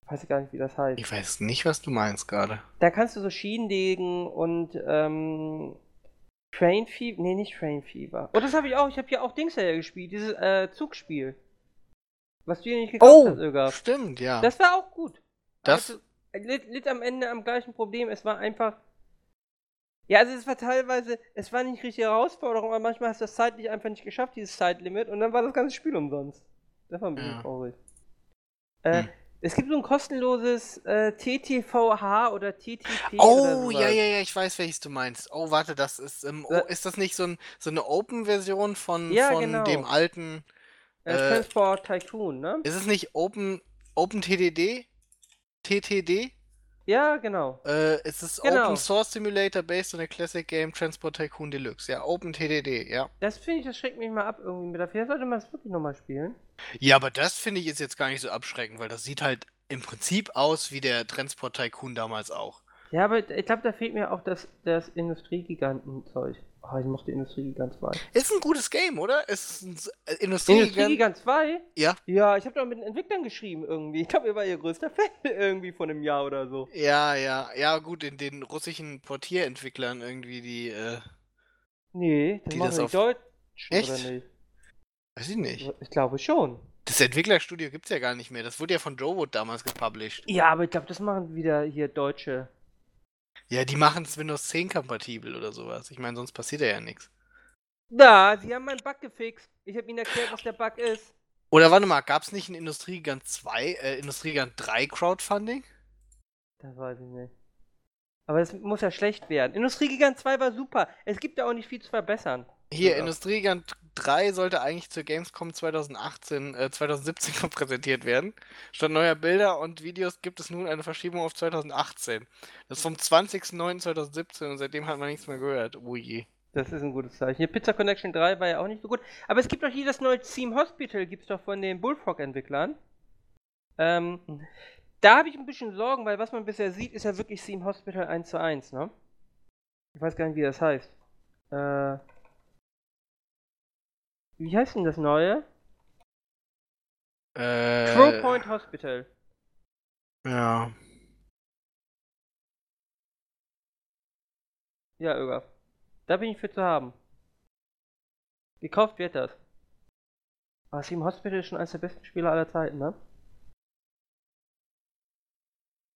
[SPEAKER 1] Weiß ich gar nicht, wie das heißt.
[SPEAKER 2] ich weiß nicht, was du meinst gerade.
[SPEAKER 1] Da kannst du so Schienen legen und ähm, Train Fever. Nee, nicht Train Fever. Oh, das habe ich auch. Ich habe hier auch Dings ja gespielt, dieses äh, Zugspiel. Was du hier nicht gekauft
[SPEAKER 2] Oh,
[SPEAKER 1] hast, Irga.
[SPEAKER 2] Stimmt, ja.
[SPEAKER 1] Das war auch gut.
[SPEAKER 2] Das-
[SPEAKER 1] Also, litt, litt am Ende am gleichen Problem. Es war einfach. Ja, also es war teilweise, es war nicht richtig Herausforderung, aber manchmal hast du das zeitlich einfach nicht geschafft, dieses Zeitlimit, und dann war das ganze Spiel umsonst. Das war ein bisschen
[SPEAKER 2] Ja.
[SPEAKER 1] traurig. Äh,
[SPEAKER 2] Hm.
[SPEAKER 1] Es gibt so ein kostenloses äh, TTVH oder TTP. oder
[SPEAKER 2] Oh,
[SPEAKER 1] sowas.
[SPEAKER 2] ja, ja, ja, ich weiß, welches du meinst. Oh, warte, das ist, ähm, oh,
[SPEAKER 1] Äh,
[SPEAKER 2] ist das nicht so, ein, so eine Open-Version von,
[SPEAKER 1] Ja,
[SPEAKER 2] von
[SPEAKER 1] genau.
[SPEAKER 2] dem alten?
[SPEAKER 1] Äh,
[SPEAKER 2] äh,
[SPEAKER 1] Transport Tycoon, ne?
[SPEAKER 2] Ist es nicht Open, Open TDD? TTD?
[SPEAKER 1] Ja, genau.
[SPEAKER 2] Äh, es ist
[SPEAKER 1] Genau.
[SPEAKER 2] Open Source Simulator based on a classic game Transport Tycoon Deluxe. Ja, Open TDD, ja.
[SPEAKER 1] Das finde ich, das schreckt mich mal ab irgendwie mit dafür. Sollte man das wirklich nochmal spielen?
[SPEAKER 2] Ja, aber das finde ich ist jetzt gar nicht so abschreckend, weil das sieht halt im Prinzip aus wie der Transport Tycoon damals auch.
[SPEAKER 1] Ja, aber ich glaube, da fehlt mir auch das, das Industriegiganten-Zeug. Oh, ich mochte Industriegigant 2.
[SPEAKER 2] Ist ein gutes Game, oder? Ist ein S- äh, Industrie.
[SPEAKER 1] Industriegigant 2?
[SPEAKER 2] Ja.
[SPEAKER 1] Ja, ich habe doch mit den Entwicklern geschrieben irgendwie. Ich glaube, ihr war ihr größter Fan irgendwie von einem Jahr oder so.
[SPEAKER 2] Ja, ja, ja, gut, in den russischen Portierentwicklern irgendwie die, äh,
[SPEAKER 1] Nee, das
[SPEAKER 2] Die
[SPEAKER 1] machen
[SPEAKER 2] das
[SPEAKER 1] die
[SPEAKER 2] auf-
[SPEAKER 1] Deutschen
[SPEAKER 2] Echt?
[SPEAKER 1] oder nicht?
[SPEAKER 2] weiß ich nicht.
[SPEAKER 1] Ich glaube schon.
[SPEAKER 2] Das Entwicklerstudio gibt's ja gar nicht mehr. Das wurde ja von JoWood damals gepublished.
[SPEAKER 1] Ja, aber ich glaube, das machen wieder hier Deutsche.
[SPEAKER 2] Ja, die machen es Windows 10 kompatibel oder sowas. Ich meine, sonst passiert ja, ja nichts.
[SPEAKER 1] Da, sie haben meinen Bug gefixt. Ich habe ihnen erklärt, was der Bug ist.
[SPEAKER 2] Oder warte mal, gab es nicht ein Industriegigant 2, äh, Industriegigant 3 Crowdfunding?
[SPEAKER 1] Das weiß ich nicht. Aber das muss ja schlecht werden. Industriegigant 2 war super. Es gibt da auch nicht viel zu verbessern.
[SPEAKER 2] Hier,
[SPEAKER 1] Ja.
[SPEAKER 2] Industriegigant 3 sollte eigentlich zur Gamescom 2018, äh, 2017 präsentiert werden. Statt neuer Bilder und Videos gibt es nun eine Verschiebung auf 2018. Das ist vom 20.09.2017 und seitdem hat man nichts mehr gehört. Oh je.
[SPEAKER 1] Das ist ein gutes Zeichen. Hier Pizza Connection 3 war ja auch nicht so gut. Aber es gibt doch hier das neue Team Hospital, gibt's doch von den Bullfrog-Entwicklern. Ähm, Da habe ich ein bisschen Sorgen, weil was man bisher sieht, ist ja wirklich Theme Hospital 1 zu 1, ne? Ich weiß gar nicht, wie das heißt. Äh. Wie heißt denn das neue?
[SPEAKER 2] Äh,
[SPEAKER 1] Crow Point Hospital.
[SPEAKER 2] Ja.
[SPEAKER 1] Ja, Ögaf. Da bin ich für zu haben. Gekauft wird das. Aber Steam Hospital ist schon eines der besten Spieler aller Zeiten, ne?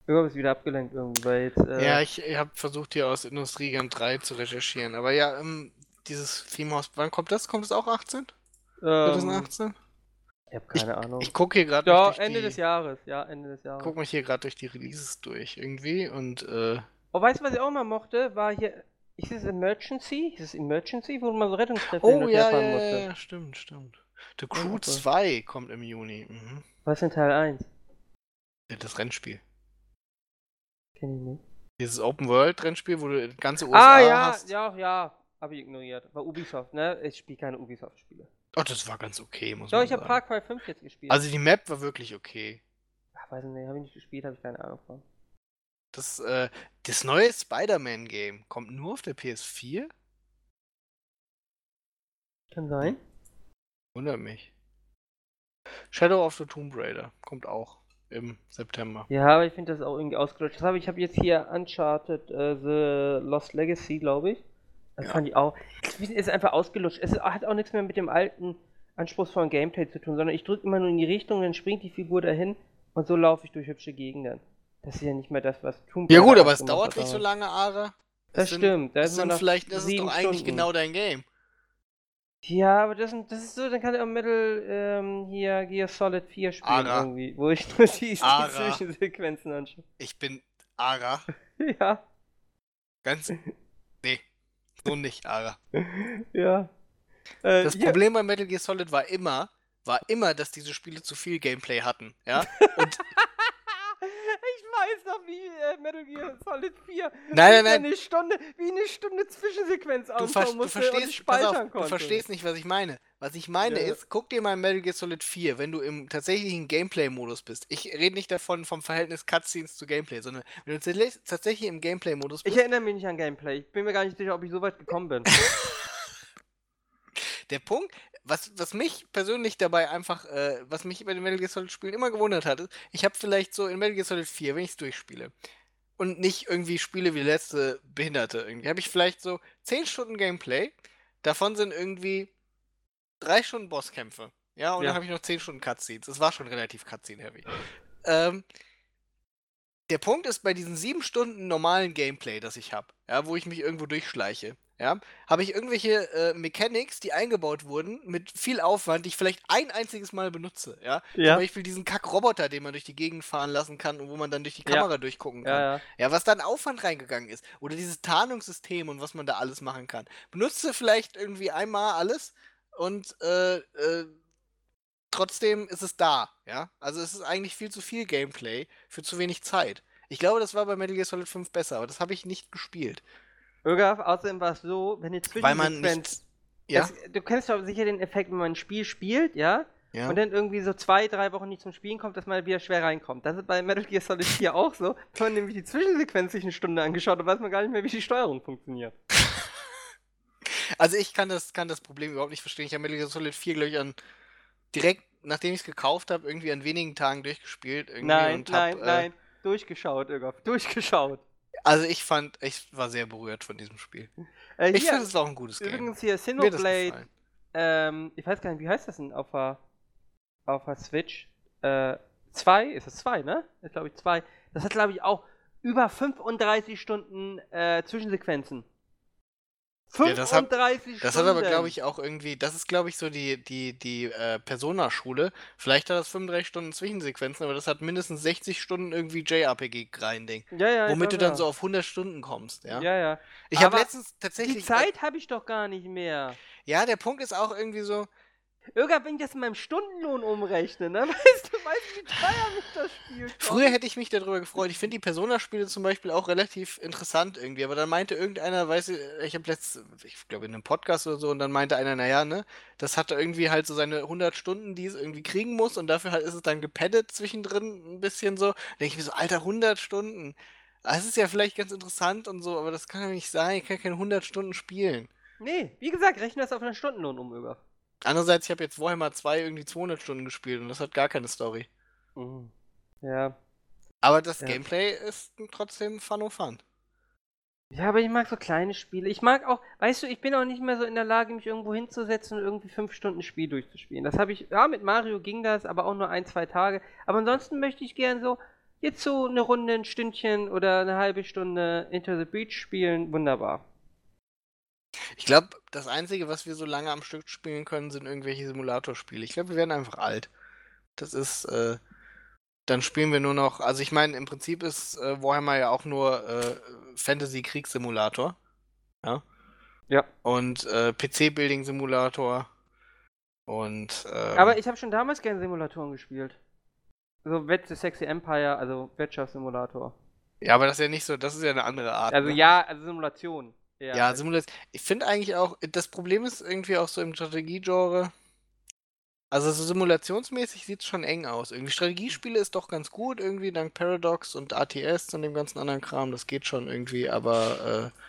[SPEAKER 1] Ögaf ist wieder abgelenkt irgendwie, weil jetzt. Äh,
[SPEAKER 2] Ja, ich, ich habe versucht, hier aus Industrie Game 3 zu recherchieren. Aber ja, ähm, dieses Theme Hospital, wann kommt das? Kommt es auch 18?
[SPEAKER 1] ähm,
[SPEAKER 2] 2018?
[SPEAKER 1] ich hab keine Ahnung.
[SPEAKER 2] Ich gucke hier gerade
[SPEAKER 1] ja,
[SPEAKER 2] durch
[SPEAKER 1] Ende
[SPEAKER 2] die,
[SPEAKER 1] des Jahres. Ja, Ende des Jahres.
[SPEAKER 2] guck mich hier gerade durch die Releases durch irgendwie und äh,
[SPEAKER 1] Oh, weißt du, was ich auch mal mochte? War hier. Ist es Emergency? Ist es Emergency, wo man so Rettungskräfte hin
[SPEAKER 2] oh
[SPEAKER 1] und her
[SPEAKER 2] ja, ja,
[SPEAKER 1] fahren
[SPEAKER 2] ja,
[SPEAKER 1] musste?
[SPEAKER 2] ja, stimmt, stimmt. The Crew
[SPEAKER 1] super.
[SPEAKER 2] 2 kommt im Juni. Mhm.
[SPEAKER 1] Was ist denn Teil 1?
[SPEAKER 2] Das Rennspiel.
[SPEAKER 1] Kenn ich nicht.
[SPEAKER 2] Dieses Open World Rennspiel, wo du das ganze USA
[SPEAKER 1] ah, ja,
[SPEAKER 2] hast.
[SPEAKER 1] ja, ja. Hab ich ignoriert. War Ubisoft, ne? Ich spiele keine Ubisoft-Spiele.
[SPEAKER 2] Oh, das war ganz okay, muss
[SPEAKER 1] Doch,
[SPEAKER 2] man
[SPEAKER 1] ich habe
[SPEAKER 2] sagen.
[SPEAKER 1] Far Cry 5 jetzt gespielt.
[SPEAKER 2] Also die Map war wirklich okay.
[SPEAKER 1] Ach, weiß nicht, habe ich nicht gespielt, habe ich keine Ahnung von.
[SPEAKER 2] Das, äh, das neue Spider-Man Game kommt nur auf der PS4?
[SPEAKER 1] Kann sein.
[SPEAKER 2] Wundert mich. Shadow of the Tomb Raider kommt auch im September.
[SPEAKER 1] Ja, aber ich finde das auch irgendwie ausgelutscht. Das habe ich habe jetzt hier Uncharted äh, The Lost Legacy, glaube ich. Das
[SPEAKER 2] Ja.
[SPEAKER 1] fand ich auch. Es ist einfach ausgelutscht. Es hat auch nichts mehr mit dem alten anspruchsvollen Gameplay zu tun, sondern ich drücke immer nur in die Richtung, dann springt die Figur dahin und so laufe ich durch hübsche Gegenden. Das ist ja nicht mehr das, was tun
[SPEAKER 2] Ja gut, aber es dauert nicht so lange, Ara.
[SPEAKER 1] Das
[SPEAKER 2] Es sind-
[SPEAKER 1] stimmt. Da
[SPEAKER 2] Das
[SPEAKER 1] ist man
[SPEAKER 2] sind
[SPEAKER 1] nach
[SPEAKER 2] vielleicht, das ist
[SPEAKER 1] sieben
[SPEAKER 2] doch eigentlich
[SPEAKER 1] Stunden.
[SPEAKER 2] genau dein Game.
[SPEAKER 1] Ja, aber das, sind- das ist so, dann kann er im Mittel ähm, hier Gear Solid 4 spielen
[SPEAKER 2] Ara.
[SPEAKER 1] irgendwie, wo ich nur die, die
[SPEAKER 2] Ara.
[SPEAKER 1] Zwischensequenzen anschaue.
[SPEAKER 2] Ich bin Ara.
[SPEAKER 1] Ja,
[SPEAKER 2] Ganz. Nee. So nicht, Ara.
[SPEAKER 1] ja. Äh,
[SPEAKER 2] Das
[SPEAKER 1] hier-
[SPEAKER 2] Problem bei Metal Gear Solid war immer, war immer, dass diese Spiele zu viel Gameplay hatten. Ja?
[SPEAKER 1] Ah, ich weiß noch, wie äh, Metal Gear Solid 4
[SPEAKER 2] Nein, nein,
[SPEAKER 1] wie
[SPEAKER 2] nein.
[SPEAKER 1] Eine Stunde, wie eine Stunde Zwischensequenz
[SPEAKER 2] Du,
[SPEAKER 1] aufbauen
[SPEAKER 2] ver du,
[SPEAKER 1] musste und
[SPEAKER 2] verstehst, pass
[SPEAKER 1] speichern
[SPEAKER 2] auf, du
[SPEAKER 1] konnte.
[SPEAKER 2] verstehst nicht, was ich meine. Was ich meine
[SPEAKER 1] Ja, ja.
[SPEAKER 2] ist, guck dir mal Metal Gear Solid 4, wenn du im tatsächlichen Gameplay-Modus bist. Ich rede nicht davon vom Verhältnis Cutscenes zu Gameplay, sondern wenn du tats- tatsächlich im Gameplay-Modus
[SPEAKER 1] Ich
[SPEAKER 2] bist,
[SPEAKER 1] erinnere mich nicht an Gameplay. Ich bin mir gar nicht sicher, ob ich so weit gekommen bin.
[SPEAKER 2] der Punkt, was, was mich persönlich dabei einfach, äh, was mich bei den Metal Gear Solid Spielen immer gewundert hat, ist, ich habe vielleicht so in Metal Gear Solid 4, wenn ich es durchspiele und nicht irgendwie spiele wie letzte Behinderte irgendwie, habe ich vielleicht so 10 Stunden Gameplay, davon sind irgendwie 3 Stunden Bosskämpfe. Ja, und
[SPEAKER 1] Ja.
[SPEAKER 2] dann habe ich noch 10 Stunden Cutscenes. Das war schon relativ Cutscene-heavy. Ähm, der Punkt ist, bei diesen sieben Stunden normalen Gameplay, das ich habe, ja, wo ich mich irgendwo durchschleiche, ja, habe ich irgendwelche äh, Mechanics, die eingebaut wurden, mit viel Aufwand, die ich vielleicht ein einziges Mal benutze, ja.
[SPEAKER 1] ja.
[SPEAKER 2] Zum Beispiel diesen Kackroboter, den man durch die Gegend fahren lassen kann und wo man dann durch die
[SPEAKER 1] Ja.
[SPEAKER 2] Kamera durchgucken kann.
[SPEAKER 1] Ja, ja.
[SPEAKER 2] Ja, was da an Aufwand reingegangen ist. Oder dieses Tarnungssystem und was man da alles machen kann. Benutze vielleicht irgendwie einmal alles und äh, äh, trotzdem ist es da. Ja, also es ist eigentlich viel zu viel Gameplay für zu wenig Zeit. Ich glaube, das war bei Metal Gear Solid 5 besser, aber das habe ich nicht gespielt.
[SPEAKER 1] Ögaf, außerdem war es so, wenn eine
[SPEAKER 2] Weil man
[SPEAKER 1] Zwischensequenz.
[SPEAKER 2] nicht. Ja,
[SPEAKER 1] Das, du kennst doch sicher den Effekt, wenn man ein Spiel spielt, ja,
[SPEAKER 2] ja.
[SPEAKER 1] und dann irgendwie so zwei, drei Wochen nicht zum Spielen kommt, dass man wieder schwer reinkommt. Das ist bei Metal Gear Solid 4 auch so. Wenn man nämlich die Zwischensequenz sich eine Stunde angeschaut hat, weiß man gar nicht mehr, wie die Steuerung funktioniert.
[SPEAKER 2] Also ich kann das, kann das Problem überhaupt nicht verstehen. Ich habe Metal Gear Solid 4, glaube ich, an direkt, nachdem ich es gekauft habe, irgendwie an wenigen Tagen durchgespielt. Irgendwie
[SPEAKER 1] Nein,
[SPEAKER 2] und
[SPEAKER 1] nein,
[SPEAKER 2] hab, äh,
[SPEAKER 1] nein. Durchgeschaut, Irgoff. Durchgeschaut.
[SPEAKER 2] Also ich fand, ich war sehr berührt von diesem Spiel.
[SPEAKER 1] Äh,
[SPEAKER 2] Ich
[SPEAKER 1] hier,
[SPEAKER 2] fand es war auch ein gutes Game.
[SPEAKER 1] übrigens hier
[SPEAKER 2] Mir hat das
[SPEAKER 1] Sinoblade,
[SPEAKER 2] gefallen.
[SPEAKER 1] ähm, ich weiß gar nicht, wie heißt das denn auf der, auf der Switch? Äh, 2, ist das 2, ne? Ist glaube ich 2. Das hat glaube ich auch über 35 Stunden äh, Zwischensequenzen.
[SPEAKER 2] Ja,
[SPEAKER 1] 35
[SPEAKER 2] das hab-
[SPEAKER 1] Stunden.
[SPEAKER 2] Das hat aber, glaube ich, auch irgendwie, das ist, glaube ich, so die, die, die äh, Persona-Schule. Vielleicht hat das 35 Stunden Zwischensequenzen, aber das hat mindestens 60 Stunden irgendwie JRPG-Grinding.
[SPEAKER 1] Ja, ja, ich
[SPEAKER 2] Womit du
[SPEAKER 1] glaub,
[SPEAKER 2] dann
[SPEAKER 1] ja.
[SPEAKER 2] so auf 100 Stunden kommst, ja?
[SPEAKER 1] Ja, ja.
[SPEAKER 2] Ich habe
[SPEAKER 1] aber
[SPEAKER 2] letztens
[SPEAKER 1] Die
[SPEAKER 2] tatsächlich. äh,
[SPEAKER 1] Zeit habe ich doch gar nicht mehr.
[SPEAKER 2] Ja, der Punkt ist auch irgendwie so,
[SPEAKER 1] Irgendwann, wenn ich das in meinem Stundenlohn umrechne, ne? Weißt du, weißt du, wie teuer mich das Spiel kostet?
[SPEAKER 2] Früher hätte ich mich darüber gefreut. Ich finde die Persona-Spiele zum Beispiel auch relativ interessant irgendwie. Aber dann meinte irgendeiner, weiß ich, ich habe letzt, ich glaube in einem Podcast oder so, und dann meinte einer, naja, ne, das hat irgendwie halt so seine 100 Stunden, die es irgendwie kriegen muss. Und dafür halt ist es dann gepaddet zwischendrin ein bisschen so. Da denke ich mir so, alter, 100 Stunden. Ah, Es ist ja vielleicht ganz interessant und so, aber das kann ja nicht sein. Ich kann keine 100 Stunden spielen.
[SPEAKER 1] Nee, wie gesagt, rechne das auf einen Stundenlohn um, Irgendwann.
[SPEAKER 2] Andererseits, ich habe jetzt Warhammer 2 irgendwie 200 Stunden gespielt und das hat gar keine Story.
[SPEAKER 1] Mhm. Ja.
[SPEAKER 2] Aber das
[SPEAKER 1] Ja.
[SPEAKER 2] Gameplay ist trotzdem fun und fun.
[SPEAKER 1] Ja, aber ich mag so kleine Spiele. Ich mag auch, weißt du, ich bin auch nicht mehr so in der Lage, mich irgendwo hinzusetzen und irgendwie fünf Stunden ein Spiel durchzuspielen. Das habe ich, ja, mit Mario ging das, aber auch nur ein, zwei Tage. Aber ansonsten möchte ich gern so, jetzt so eine Runde, ein Stündchen oder eine halbe Stunde Into the Breach spielen. Wunderbar.
[SPEAKER 2] Ich glaube, das Einzige, was wir so lange am Stück spielen können, sind irgendwelche Simulatorspiele. Ich glaube, wir werden einfach alt. Das ist, äh, dann spielen wir nur noch, also ich meine, im Prinzip ist äh, Warhammer ja auch nur äh, Fantasy-Kriegssimulator. Ja.
[SPEAKER 1] Ja.
[SPEAKER 2] Und äh, PC-Building-Simulator. Und, ähm,
[SPEAKER 1] Aber ich habe schon damals gern Simulatoren gespielt. So Wet the Sexy Empire, also Wirtschaftssimulator.
[SPEAKER 2] ja, aber das ist ja nicht so, das ist ja eine andere Art.
[SPEAKER 1] Also
[SPEAKER 2] ne?
[SPEAKER 1] ja, also Simulation. Ja,
[SPEAKER 2] Ja, Simulation. Ich finde eigentlich auch, das Problem ist irgendwie auch so im Strategiegenre. Also so simulationsmäßig sieht es schon eng aus. Irgendwie Strategiespiele ist doch ganz gut, irgendwie dank Paradox und ATS und dem ganzen anderen Kram. Das geht schon irgendwie, aber äh,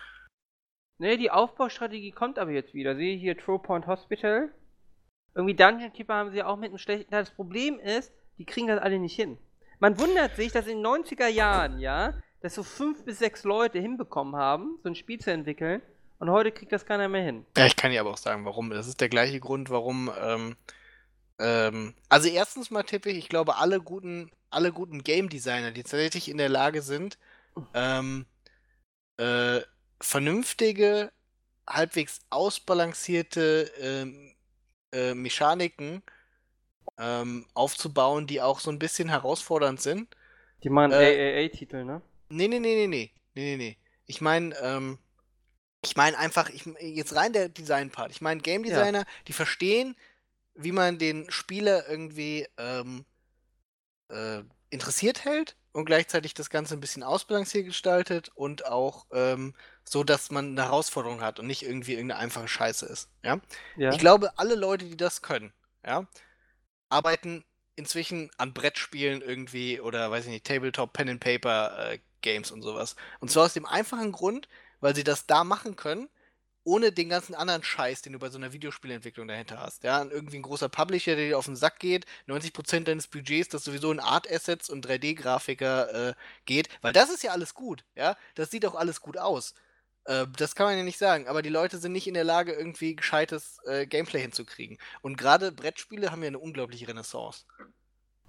[SPEAKER 1] Ne, die Aufbaustrategie kommt aber jetzt wieder. Sehe hier True Point Hospital. Irgendwie Dungeon Keeper haben sie auch mit einem schlechten. Na, Das Problem ist, die kriegen das alle nicht hin. Man wundert sich, dass in den 90er Jahren, ja, dass so fünf bis sechs Leute hinbekommen haben, so ein Spiel zu entwickeln. Und heute kriegt das keiner mehr hin.
[SPEAKER 2] ja, ich kann dir aber auch sagen, warum. Das ist der gleiche Grund, warum. Ähm, ähm, also erstens mal tippe ich, ich glaube, alle guten, alle guten Game Designer, die tatsächlich in der Lage sind, ähm, äh, vernünftige, halbwegs ausbalancierte ähm, äh, Mechaniken ähm, aufzubauen, die auch so ein bisschen herausfordernd sind.
[SPEAKER 1] Die machen
[SPEAKER 2] Äh,
[SPEAKER 1] AAA-Titel, ne?
[SPEAKER 2] Nee, nee, nee, nee, nee. Nee, nee, nee. Ich meine, ähm, ich meine einfach, ich, jetzt rein der Design-Part. Ich meine, Game
[SPEAKER 1] Ja.
[SPEAKER 2] Designer, die verstehen, wie man den Spieler irgendwie ähm, äh, interessiert hält und gleichzeitig das Ganze ein bisschen ausbalanciert gestaltet und auch ähm, so, dass man eine Herausforderung hat und nicht irgendwie irgendeine einfache Scheiße ist. Ja.
[SPEAKER 1] Ja.
[SPEAKER 2] Ich glaube, alle Leute, die das können, ja, arbeiten inzwischen an Brettspielen irgendwie oder weiß ich nicht, Tabletop, Pen and Paper äh, Games und sowas. Und zwar aus dem einfachen Grund, weil sie das da machen können, ohne den ganzen anderen Scheiß, den du bei so einer Videospielentwicklung dahinter hast. Ja, Und irgendwie ein großer Publisher, der dir auf den Sack geht, 90% deines Budgets, das sowieso in Art Assets und 3D-Grafiker äh, geht, weil das ist ja alles gut, ja, das sieht auch alles gut aus. Äh, das kann man ja nicht sagen, aber die Leute sind nicht in der Lage, irgendwie gescheites äh, Gameplay hinzukriegen. Und gerade Brettspiele haben ja eine unglaubliche Renaissance.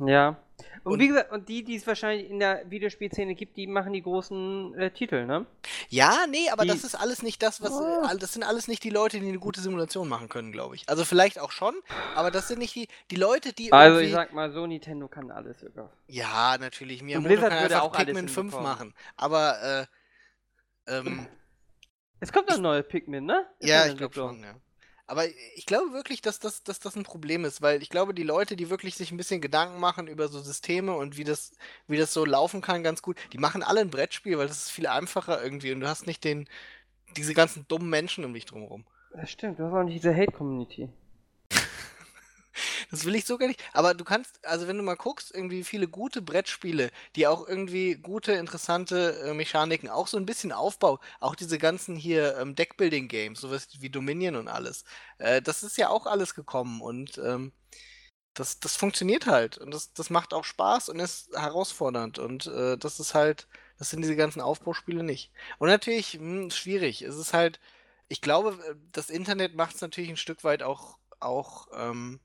[SPEAKER 1] ja. Und,
[SPEAKER 2] Und-
[SPEAKER 1] wie gesagt, und die, die es wahrscheinlich in der Videospielszene gibt, die machen die großen äh, Titel, ne?
[SPEAKER 2] Ja, nee, aber
[SPEAKER 1] Die-
[SPEAKER 2] das ist alles nicht das, was. äh,
[SPEAKER 1] Hm. Ah.
[SPEAKER 2] all- Das sind alles nicht die Leute, die eine gute Simulation machen können, glaube ich. Also vielleicht auch schon, aber das sind nicht die, die Leute, die.
[SPEAKER 1] Also
[SPEAKER 2] irgendwie-
[SPEAKER 1] ich sag mal, so Nintendo kann alles sogar.
[SPEAKER 2] Ja, natürlich. Miyamoto
[SPEAKER 1] Blizzard
[SPEAKER 2] kann
[SPEAKER 1] würde
[SPEAKER 2] einfach
[SPEAKER 1] auch alles
[SPEAKER 2] Pikmin 5
[SPEAKER 1] hinbekommen.
[SPEAKER 2] machen. Aber, äh, ähm,
[SPEAKER 1] Es kommt noch ein neues Pikmin, ne? Ist
[SPEAKER 2] ja,
[SPEAKER 1] in
[SPEAKER 2] ich glaube
[SPEAKER 1] Entwicklung.
[SPEAKER 2] schon, ja. Aber ich glaube wirklich, dass das, dass das ein Problem ist, weil ich glaube, die Leute, die wirklich sich ein bisschen Gedanken machen über so Systeme und wie das, wie das so laufen kann, ganz gut, die machen alle ein Brettspiel, weil das ist viel einfacher irgendwie und du hast nicht den, diese ganzen dummen Menschen um dich drumherum.
[SPEAKER 1] Das stimmt, du hast auch nicht diese Hate-Community.
[SPEAKER 2] Das will ich so gar nicht. Aber du kannst, also wenn du mal guckst, irgendwie viele gute Brettspiele, die auch irgendwie gute, interessante äh, Mechaniken, auch so ein bisschen Aufbau, auch diese ganzen hier ähm, Deckbuilding-Games, sowas wie Dominion und alles, äh, das ist ja auch alles gekommen und ähm, das, das funktioniert halt und das, das macht auch Spaß und ist herausfordernd und äh, das ist halt, das sind diese ganzen Aufbauspiele nicht. Und natürlich, hm, schwierig. Es ist halt, ich glaube, äh, das Internet macht es natürlich ein Stück weit auch, auch ähm,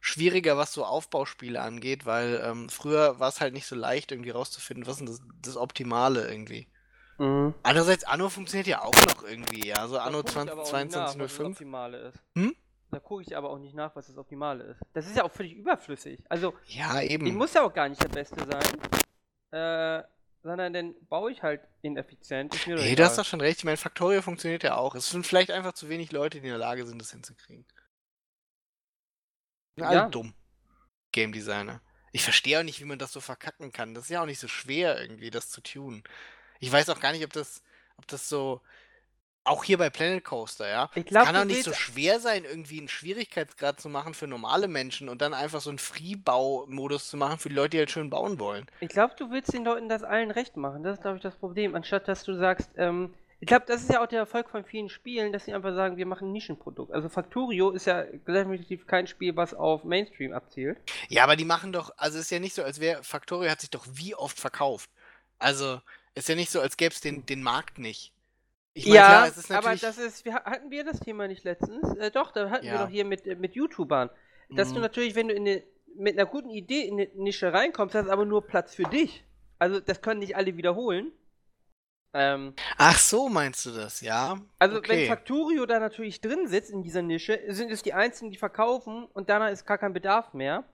[SPEAKER 2] schwieriger, was so Aufbauspiele angeht, weil ähm, früher war es halt nicht so leicht, irgendwie rauszufinden, was ist denn das, das Optimale irgendwie.
[SPEAKER 1] Mhm.
[SPEAKER 2] Andererseits, Anno funktioniert ja auch noch irgendwie, ja, so Anno 20, 2205.
[SPEAKER 1] Optimale ist.
[SPEAKER 2] Hm?
[SPEAKER 1] Da gucke ich aber auch nicht nach, was das Optimale ist. Das ist ja auch völlig überflüssig. Also,
[SPEAKER 2] Ja, eben.
[SPEAKER 1] ich muss ja auch gar nicht der Beste sein. Äh, sondern dann baue ich halt ineffizient. Ist mir doch
[SPEAKER 2] Nee, du
[SPEAKER 1] egal.
[SPEAKER 2] hast doch schon recht. Ich meine, Factorio funktioniert ja auch. Es sind vielleicht einfach zu wenig Leute, die in der Lage sind, das hinzukriegen. Sind alle
[SPEAKER 1] Ja.
[SPEAKER 2] dumm. Game Designer. Ich verstehe auch nicht, wie man das so verkacken kann. Das ist ja auch nicht so schwer, irgendwie, das zu tunen. Ich weiß auch gar nicht, ob das, ob das so. Auch hier bei Planet Coaster, ja.
[SPEAKER 1] Ich glaube,
[SPEAKER 2] Kann doch nicht so schwer sein, irgendwie einen Schwierigkeitsgrad zu machen für normale Menschen und dann einfach so einen Freebau-Modus zu machen für die Leute, die halt schön bauen wollen.
[SPEAKER 1] Ich glaube, du willst den Leuten das allen recht machen. Das ist, glaube ich, das Problem. Anstatt, dass du sagst, ähm, ich glaube, das ist ja auch der Erfolg von vielen Spielen, dass sie einfach sagen, wir machen ein Nischenprodukt. Also Factorio ist ja definitiv kein Spiel, was auf Mainstream abzielt.
[SPEAKER 2] Ja, aber die machen doch, also ist ja nicht so, als wäre, Factorio hat sich doch wie oft verkauft. Also ist ja nicht so, als gäbe es den, den Markt nicht. Ich meine, klar, es ist
[SPEAKER 1] aber
[SPEAKER 2] natürlich.
[SPEAKER 1] das ist, wir, hatten wir das Thema nicht letztens? Äh, doch, da hatten wir
[SPEAKER 2] Ja.
[SPEAKER 1] doch hier mit, äh, mit YouTubern. Dass du
[SPEAKER 2] Mhm.
[SPEAKER 1] natürlich, wenn du in eine, mit einer guten Idee in eine Nische reinkommst, hast du aber nur Platz für dich. Also das können nicht alle wiederholen. Ähm,
[SPEAKER 2] Ach so, meinst du das, ja?
[SPEAKER 1] Also wenn
[SPEAKER 2] Okay.
[SPEAKER 1] Factorio da natürlich drin sitzt in dieser Nische, sind es die Einzigen, die verkaufen und danach ist gar kein Bedarf mehr.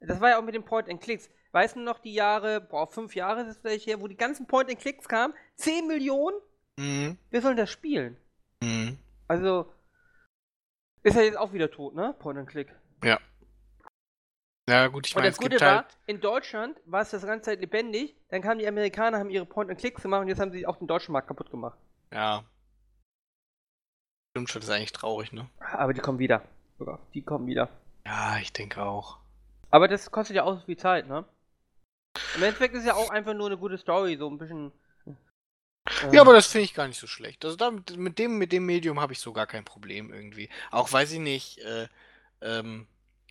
[SPEAKER 1] Das war ja auch mit den Point-and-Clicks. Weißt du noch die Jahre, boah, fünf Jahre ist es vielleicht her, wo die ganzen Point-and-Clicks kamen? 10 Millionen?
[SPEAKER 2] Mhm.
[SPEAKER 1] Wer soll das spielen?
[SPEAKER 2] Mhm.
[SPEAKER 1] Also, ist ja jetzt auch wieder tot, ne? Point-and-Click.
[SPEAKER 2] Ja, gut, ich
[SPEAKER 1] Und
[SPEAKER 2] meine,
[SPEAKER 1] das
[SPEAKER 2] es
[SPEAKER 1] Gute
[SPEAKER 2] gibt
[SPEAKER 1] war,
[SPEAKER 2] halt.
[SPEAKER 1] in Deutschland war es das ganze Zeit lebendig, dann kamen die Amerikaner, haben ihre Point-and-Clicks gemacht und jetzt haben sie auch den deutschen Markt kaputt gemacht.
[SPEAKER 2] Ja. Stimmt schon, das ist eigentlich traurig, ne?
[SPEAKER 1] Aber die kommen wieder. Sogar, Die kommen wieder.
[SPEAKER 2] Ja, ich denke auch.
[SPEAKER 1] Aber das kostet ja auch so viel Zeit, ne? Im Endeffekt ist ja auch einfach nur eine gute Story, so ein bisschen. äh,
[SPEAKER 2] Ja, aber das finde ich gar nicht so schlecht. Also damit, mit dem, mit dem Medium habe ich so gar kein Problem irgendwie. Auch weiß ich nicht, äh, ähm,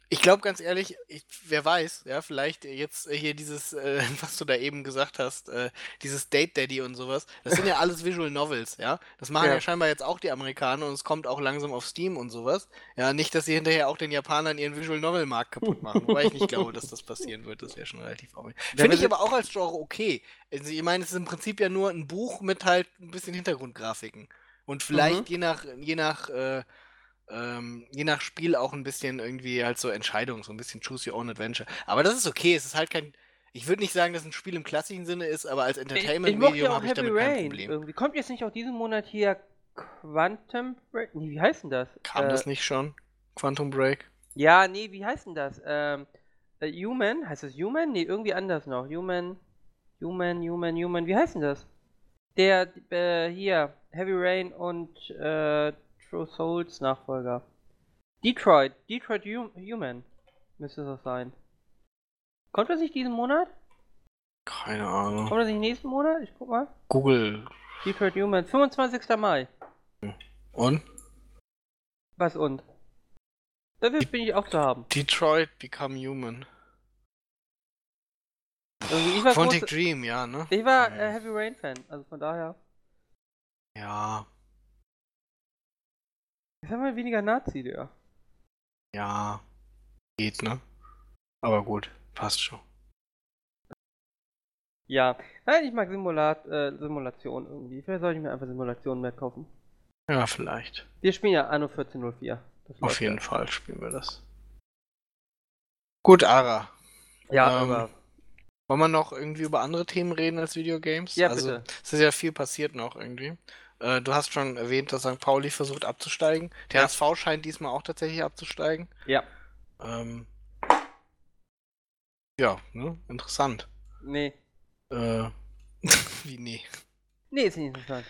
[SPEAKER 2] ich glaube ganz ehrlich, ich, wer weiß, ja, vielleicht jetzt äh, hier dieses, äh, was du da eben gesagt hast, äh, dieses Date Daddy und sowas, das sind ja alles Visual Novels, ja. Das machen ja.
[SPEAKER 1] Ja.
[SPEAKER 2] scheinbar jetzt auch die Amerikaner und es kommt auch langsam auf Steam und sowas. Ja, nicht, dass sie hinterher auch den Japanern ihren Visual Novel Markt kaputt machen, wobei ich nicht glaube, dass das passieren wird, das wäre schon relativ auffällig. Finde
[SPEAKER 1] wenn
[SPEAKER 2] ich
[SPEAKER 1] sie-
[SPEAKER 2] aber auch als Genre okay. Also ich meine, es ist im Prinzip ja nur ein Buch mit halt ein bisschen Hintergrundgrafiken. Und vielleicht
[SPEAKER 1] Mhm.
[SPEAKER 2] je nach, je nach, äh, ähm, je nach Spiel auch ein bisschen irgendwie halt so Entscheidung, so ein bisschen Choose Your Own Adventure. Aber das ist okay, es ist halt kein. Ich würde nicht sagen, dass es ein Spiel im klassischen Sinne ist, aber als
[SPEAKER 1] ich, ich mochte
[SPEAKER 2] Entertainment-Medium
[SPEAKER 1] auch
[SPEAKER 2] habe ich
[SPEAKER 1] Heavy
[SPEAKER 2] damit kein
[SPEAKER 1] Rain Äh,
[SPEAKER 2] Problem.
[SPEAKER 1] irgendwie. Kommt jetzt nicht auch diesen Monat hier Quantum Break? Nee, wie heißt denn das?
[SPEAKER 2] Kam
[SPEAKER 1] äh,
[SPEAKER 2] das nicht schon? Quantum Break?
[SPEAKER 1] Ja, nee, wie heißt denn das? Ähm, äh, Human? Heißt das Human? Nee, irgendwie anders noch. Human, Human, Human, Human. Wie heißt denn das? Der, äh, hier, Heavy Rain und, äh, True Souls Nachfolger. Detroit. Detroit hum Human. Müsste das sein. Kommt das nicht diesen Monat?
[SPEAKER 2] Keine Ahnung.
[SPEAKER 1] Kommt das nicht nächsten Monat? Ich guck mal.
[SPEAKER 2] Google.
[SPEAKER 1] Detroit Human. 25. Mai.
[SPEAKER 2] Und?
[SPEAKER 1] Was und? Dafür bin ich auch zu haben.
[SPEAKER 2] Detroit Become Human.
[SPEAKER 1] Irgendwie, Also, ich war,
[SPEAKER 2] Quantic
[SPEAKER 1] groß,
[SPEAKER 2] Dream, ja, ne?
[SPEAKER 1] ich war
[SPEAKER 2] Ja.
[SPEAKER 1] äh, Heavy Rain Fan. Also von daher.
[SPEAKER 2] Ja,
[SPEAKER 1] Jetzt haben wir weniger Nazi, der.
[SPEAKER 2] ja. Geht, ne? Aber gut, passt schon.
[SPEAKER 1] Ja. Nein, ich mag Simulat, äh, Simulation irgendwie. Vielleicht sollte ich mir einfach Simulationen mehr kaufen.
[SPEAKER 2] Ja, vielleicht.
[SPEAKER 1] Wir spielen ja Anno 1404. Das läuft
[SPEAKER 2] Auf jeden
[SPEAKER 1] ja.
[SPEAKER 2] Fall spielen wir das. Gut, Ara.
[SPEAKER 1] Ja,
[SPEAKER 2] Ähm,
[SPEAKER 1] aber.
[SPEAKER 2] Wollen wir noch irgendwie über andere Themen reden als Videogames?
[SPEAKER 1] Ja,
[SPEAKER 2] also,
[SPEAKER 1] bitte.
[SPEAKER 2] Es ist ja viel passiert noch irgendwie. Äh, du hast schon erwähnt, dass St. Pauli versucht abzusteigen. Der
[SPEAKER 1] Ja.
[SPEAKER 2] HSV scheint diesmal auch tatsächlich abzusteigen.
[SPEAKER 1] Ja.
[SPEAKER 2] Ähm, ja, ne? Interessant.
[SPEAKER 1] Nee.
[SPEAKER 2] Äh, wie nee.
[SPEAKER 1] Nee, ist nicht interessant.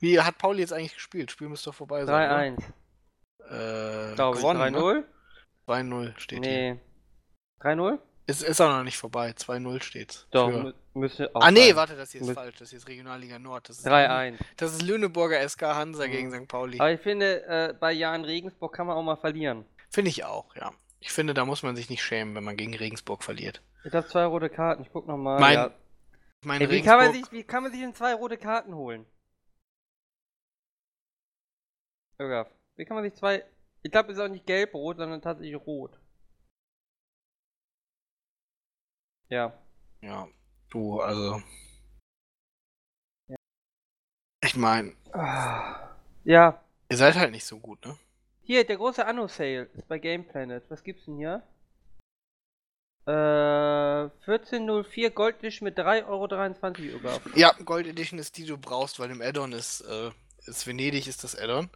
[SPEAKER 2] Wie hat Pauli jetzt eigentlich gespielt? Spiel müsste doch vorbei sein.
[SPEAKER 1] 3-1,
[SPEAKER 2] oder? Äh,
[SPEAKER 1] glaube ich.
[SPEAKER 2] gewonnen, ne?
[SPEAKER 1] 3-0?
[SPEAKER 2] 2-0 steht hier.
[SPEAKER 1] Nee. 3-0?
[SPEAKER 2] Ist, ist auch noch nicht vorbei. 2-0 steht's.
[SPEAKER 1] Doch,
[SPEAKER 2] Für-
[SPEAKER 1] mü müsste auch.
[SPEAKER 2] Ah, nee,
[SPEAKER 1] sein.
[SPEAKER 2] warte, das hier ist
[SPEAKER 1] Mit-
[SPEAKER 2] falsch. Das hier ist Regionalliga Nord. Das ist,
[SPEAKER 1] 3-1.
[SPEAKER 2] das ist Lüneburger SK Hansa
[SPEAKER 1] Mhm.
[SPEAKER 2] gegen St. Pauli.
[SPEAKER 1] Aber ich finde, äh, bei Jan Regensburg kann man auch mal verlieren.
[SPEAKER 2] Finde ich auch, ja. Ich finde, da muss man sich nicht schämen, wenn man gegen Regensburg verliert.
[SPEAKER 1] Ich glaube, zwei rote Karten. Ich guck nochmal.
[SPEAKER 2] Mein-
[SPEAKER 1] ja.
[SPEAKER 2] Ich meine,
[SPEAKER 1] Ey, wie, kann man
[SPEAKER 2] Regensburg-
[SPEAKER 1] sich, wie kann man sich denn zwei rote Karten holen? Irga. Wie kann man sich zwei. Ich glaube, es ist auch nicht gelb-rot, sondern tatsächlich rot. Ja.
[SPEAKER 2] Ja, du, also.
[SPEAKER 1] Ja.
[SPEAKER 2] Ich meine,
[SPEAKER 1] Ah. Ja.
[SPEAKER 2] ihr seid halt nicht so gut, ne?
[SPEAKER 1] Hier, der große Anno-Sale ist bei Game Planet. Was gibt's denn hier? Äh, 1404 Goldtisch mit 3,23 Euro Irga.
[SPEAKER 2] Ja, Gold Edition ist die, du brauchst, weil im Add-on ist, äh, ist Venedig ist das Add-on.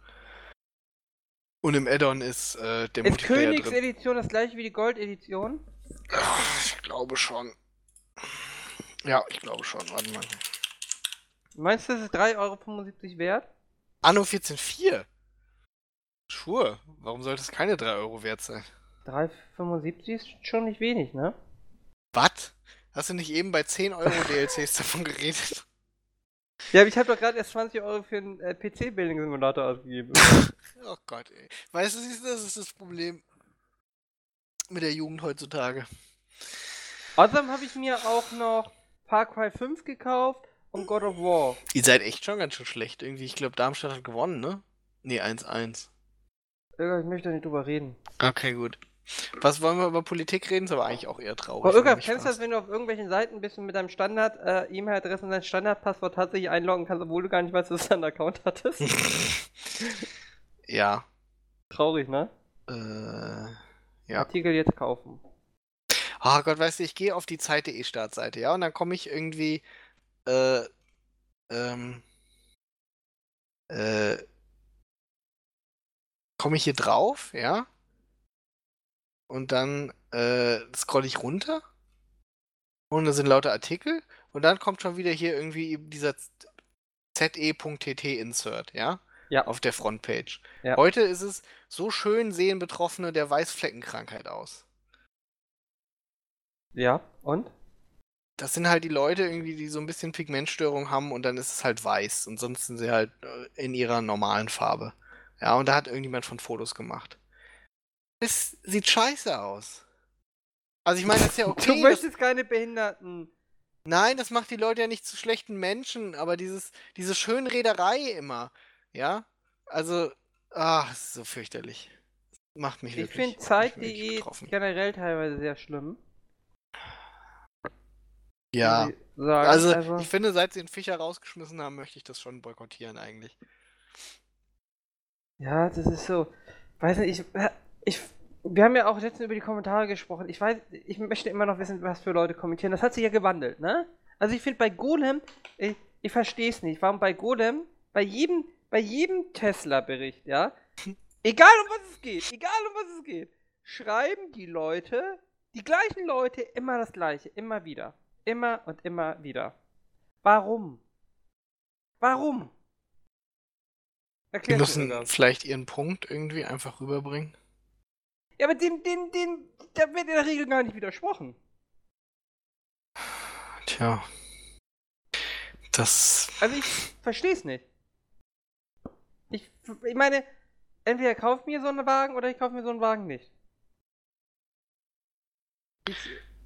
[SPEAKER 2] Und im Add-on ist äh, der
[SPEAKER 1] Ist
[SPEAKER 2] Multiplayer drin.
[SPEAKER 1] Königsedition das gleiche wie die Goldedition?
[SPEAKER 2] Ach, Ah, Ich glaube schon. Ja, ich glaube schon. Warte mal.
[SPEAKER 1] Meinst du, das ist 3,75 Euro wert?
[SPEAKER 2] Anno 14.4. Sure. Warum sollte es keine 3 Euro wert sein?
[SPEAKER 1] 3,75 ist schon nicht wenig, ne?
[SPEAKER 2] Was? Hast du nicht eben bei 10 Euro DLCs davon geredet?
[SPEAKER 1] Ja, aber ich habe doch gerade erst 20 Euro für einen äh, PC-Building-Simulator ausgegeben.
[SPEAKER 2] Oh Gott, ey. Weißt du, siehst du, das ist das Problem mit der Jugend heutzutage.
[SPEAKER 1] Außerdem habe ich mir auch noch Far Cry 5 gekauft und God of War.
[SPEAKER 2] Ihr seid echt schon ganz schön schlecht. Irgendwie, ich glaube, Darmstadt hat gewonnen, ne? Nee, 1-1.
[SPEAKER 1] Irga, ich möchte da nicht drüber reden.
[SPEAKER 2] Okay, gut. Was wollen wir über Politik reden? Ist aber eigentlich auch eher traurig.
[SPEAKER 1] Aber Oh, Irga,
[SPEAKER 2] aber nicht
[SPEAKER 1] kennst du das,
[SPEAKER 2] Spaß.
[SPEAKER 1] wenn du auf irgendwelchen Seiten ein bisschen mit deinem Standard äh, E-Mail-Adresse und dein Standardpasswort tatsächlich einloggen kannst, obwohl du gar nicht weißt, dass du einen Account hattest?
[SPEAKER 2] Ja.
[SPEAKER 1] Traurig, ne?
[SPEAKER 2] Äh, ja.
[SPEAKER 1] Artikel jetzt kaufen.
[SPEAKER 2] Ah Gott, weißt du, ich gehe auf die Zeit.de Startseite, ja, und dann komme ich irgendwie, äh, ähm, äh, komme ich hier drauf, ja, und dann, äh, scroll ich runter und da sind lauter Artikel und dann kommt schon wieder hier irgendwie dieser E ZE.tt Insert, ja,
[SPEAKER 1] Ja.
[SPEAKER 2] auf der Frontpage.
[SPEAKER 1] Ja.
[SPEAKER 2] Heute ist es, so schön sehen Betroffene der Weißfleckenkrankheit aus.
[SPEAKER 1] Ja, und?
[SPEAKER 2] das sind halt die Leute irgendwie, die so ein bisschen Pigmentstörung haben und dann ist es halt weiß und sonst sind sie halt äh, in ihrer normalen Farbe. Ja, und da hat irgendjemand von Fotos gemacht. Es sieht scheiße aus. Also ich meine, das ist ja okay.
[SPEAKER 1] du
[SPEAKER 2] dass-
[SPEAKER 1] möchtest keine Behinderten.
[SPEAKER 2] Nein, das macht die Leute ja nicht zu schlechten Menschen, aber dieses, diese Schönrederei immer, ja? Also, ach, es ist so fürchterlich. Macht mich
[SPEAKER 1] Ich
[SPEAKER 2] wirklich
[SPEAKER 1] finde
[SPEAKER 2] macht mich wirklich
[SPEAKER 1] Zeit.de
[SPEAKER 2] betroffen.
[SPEAKER 1] generell teilweise sehr schlimm.
[SPEAKER 2] Ja.
[SPEAKER 1] muss ich Sagen.
[SPEAKER 2] Also, ich finde, seit sie den Fischer rausgeschmissen haben, möchte ich das schon boykottieren eigentlich.
[SPEAKER 1] Ja, das ist so. Weiß nicht, ich, äh, ich. Wir haben ja auch letztens über die Kommentare gesprochen. Ich weiß, ich möchte immer noch wissen, was für Leute kommentieren. Das hat sich ja gewandelt, ne? Also ich finde bei Golem, ich, ich verstehe es nicht, warum bei Golem, bei jedem, bei jedem Tesla-Bericht, ja, egal um was es geht, egal um was es geht, schreiben die Leute, die gleichen Leute, immer das Gleiche, immer wieder. Immer und immer wieder. Warum? Warum?
[SPEAKER 2] Die
[SPEAKER 1] Erklär's mir,
[SPEAKER 2] müssen
[SPEAKER 1] Olga.
[SPEAKER 2] vielleicht ihren Punkt irgendwie einfach rüberbringen.
[SPEAKER 1] Ja, aber dem, dem, dem, da wird in der Regel gar nicht widersprochen.
[SPEAKER 2] Tja. Das.
[SPEAKER 1] Also ich verstehe es nicht. Ich, ich meine, entweder kauft mir so einen Wagen oder ich kaufe mir so einen Wagen nicht. Ich,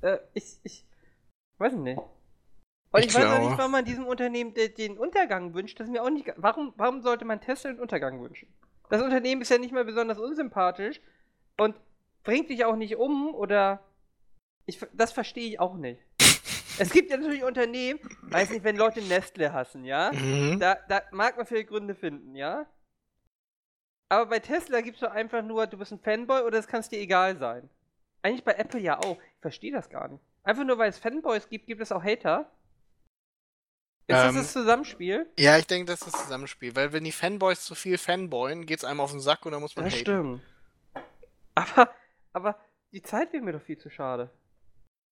[SPEAKER 1] äh, ich, ich, weiß nicht. Und ich,
[SPEAKER 2] Ich
[SPEAKER 1] weiß auch
[SPEAKER 2] glaube-
[SPEAKER 1] nicht, warum man diesem Unternehmen de, den Untergang wünscht. Das ist mir auch nicht. ge- Warum, warum sollte man Tesla den Untergang wünschen? Das Unternehmen ist ja nicht mal besonders unsympathisch und bringt dich auch nicht um oder. Ich, ver- das verstehe ich auch nicht. Es gibt ja natürlich Unternehmen, weiß nicht, wenn Leute Nestle hassen, ja?
[SPEAKER 2] Mhm.
[SPEAKER 1] Da, da mag man viele Gründe finden, ja? Aber bei Tesla gibst du einfach nur, du bist ein Fanboy oder es kann es dir egal sein. Eigentlich bei Apple ja auch. Ich verstehe das gar nicht. Einfach nur, weil es Fanboys gibt, gibt es auch Hater. Ist das
[SPEAKER 2] Ähm.
[SPEAKER 1] das Zusammenspiel?
[SPEAKER 2] Ja, ich denke, das ist das Zusammenspiel. Weil wenn die Fanboys zu viel fanboyen, geht's einem auf den Sack und dann muss man
[SPEAKER 1] Das
[SPEAKER 2] haten.
[SPEAKER 1] stimmt. Aber, aber die Zeit wäre mir doch viel zu schade.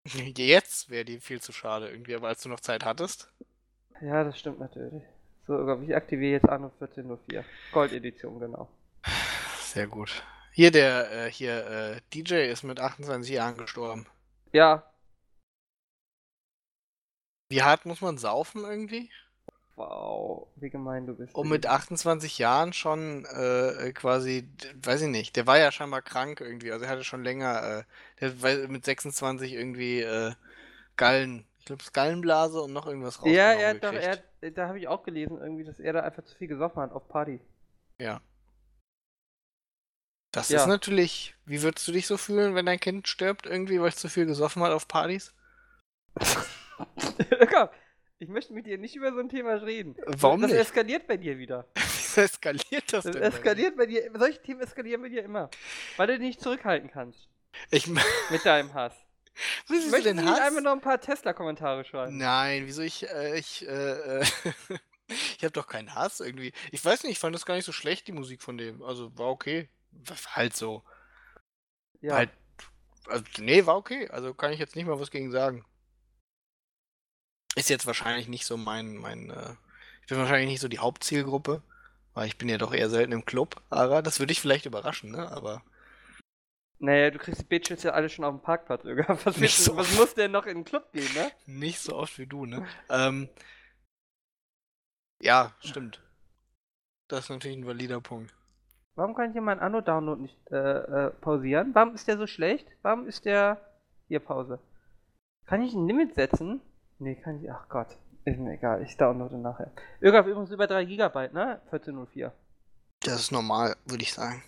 [SPEAKER 2] Jetzt wäre die viel zu schade irgendwie, aber als du noch Zeit hattest.
[SPEAKER 1] Ja, das stimmt natürlich. So, Irga, ich aktiviere jetzt Anno 1404. Goldedition, genau.
[SPEAKER 2] Sehr gut. Hier der äh, hier äh, DJ ist mit 28 Jahren gestorben.
[SPEAKER 1] Ja,
[SPEAKER 2] Wie hart muss man saufen irgendwie?
[SPEAKER 1] wow. Wie gemein du bist.
[SPEAKER 2] Um mit 28 Jahren schon äh, äh, quasi, d- weiß ich nicht, der war ja scheinbar krank irgendwie, also er hatte schon länger, äh, der hat wei- mit 26 irgendwie äh, Gallen, ich glaube, Gallenblase und noch irgendwas
[SPEAKER 1] Ja,
[SPEAKER 2] rausgenommen
[SPEAKER 1] er hat doch, er
[SPEAKER 2] gekriegt.
[SPEAKER 1] hat, äh, da habe ich auch gelesen irgendwie, dass er da einfach zu viel gesoffen hat auf Party.
[SPEAKER 2] Das
[SPEAKER 1] ja.
[SPEAKER 2] ist natürlich, wie würdest du dich so fühlen, wenn dein Kind stirbt irgendwie, weil es zu viel gesoffen hat auf Partys?
[SPEAKER 1] Komm, Oh ich möchte mit dir nicht über so ein Thema reden.
[SPEAKER 2] Warum
[SPEAKER 1] das
[SPEAKER 2] nicht?
[SPEAKER 1] eskaliert bei dir wieder.
[SPEAKER 2] Wieso eskaliert das
[SPEAKER 1] Das
[SPEAKER 2] denn bei dir?
[SPEAKER 1] eskaliert bei dir. Solche Themen eskalieren bei dir immer. Weil du dich nicht zurückhalten kannst
[SPEAKER 2] Ich m-
[SPEAKER 1] mit deinem Hass.
[SPEAKER 2] wieso
[SPEAKER 1] Ich möchte
[SPEAKER 2] denn
[SPEAKER 1] nicht
[SPEAKER 2] Hass? Ne,
[SPEAKER 1] einmal noch ein paar Tesla-Kommentare schreiben.
[SPEAKER 2] Nein, wieso ich, äh, ich, äh, äh, ich habe doch keinen Hass irgendwie. Ich weiß nicht, ich fand das gar nicht so schlecht, die Musik von dem. Also war okay. war halt so.
[SPEAKER 1] Ja.
[SPEAKER 2] Halt, also, nee, war okay. Also kann ich jetzt nicht mal was gegen sagen. Ist jetzt wahrscheinlich nicht so mein, mein, äh, ich bin wahrscheinlich nicht so die Hauptzielgruppe, weil ich bin ja doch eher selten im Club, Ara. Das würde dich vielleicht überraschen, ne? Aber
[SPEAKER 1] Naja, du kriegst die Bitches ja alle schon auf dem Parkplatz sogar. Was,
[SPEAKER 2] Nicht
[SPEAKER 1] willst
[SPEAKER 2] so.
[SPEAKER 1] du, was muss denn noch in den Club gehen, ne?
[SPEAKER 2] nicht so oft wie du, ne? Ähm, ja, stimmt. Das ist natürlich ein valider Punkt.
[SPEAKER 1] Warum kann ich hier meinen Anno-Download nicht äh, äh, pausieren? Warum ist der so schlecht? Warum ist der. Hier, Pause. Kann ich ein Limit setzen? Nee, kann ich. Ach Gott. Ist mir egal, ich downloade nachher. Irgaf übrigens über 3 GB, ne? 1404.
[SPEAKER 2] Das ist normal, würde ich sagen.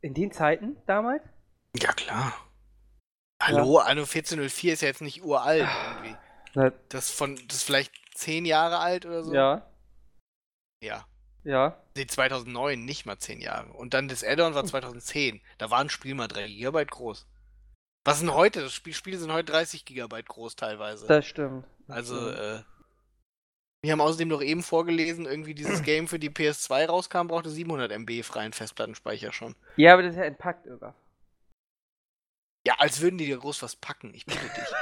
[SPEAKER 1] In den Zeiten damals?
[SPEAKER 2] Ja, klar. Hallo, Anno 1404 ist ja jetzt nicht uralt irgendwie.
[SPEAKER 1] Na,
[SPEAKER 2] Das ist von, das ist vielleicht zehn Jahre alt oder so.
[SPEAKER 1] Ja,
[SPEAKER 2] Ja.
[SPEAKER 1] ja.
[SPEAKER 2] Nee, 2009, nicht mal zehn Jahre. Und dann das Add-on war 2010. Da war ein Spiel mal 3 GB groß. Was sind heute? Das Spiel, Spiele sind heute 30 GB groß teilweise.
[SPEAKER 1] Das stimmt. Das
[SPEAKER 2] also,
[SPEAKER 1] stimmt.
[SPEAKER 2] äh. Wir haben außerdem noch eben vorgelesen, irgendwie dieses Game für die PS2 rauskam, brauchte 700 MB freien Festplattenspeicher schon.
[SPEAKER 1] Ja, aber das ist ja entpackt, Irgaf.
[SPEAKER 2] Ja, als würden die dir groß was packen. Ich bitte dich.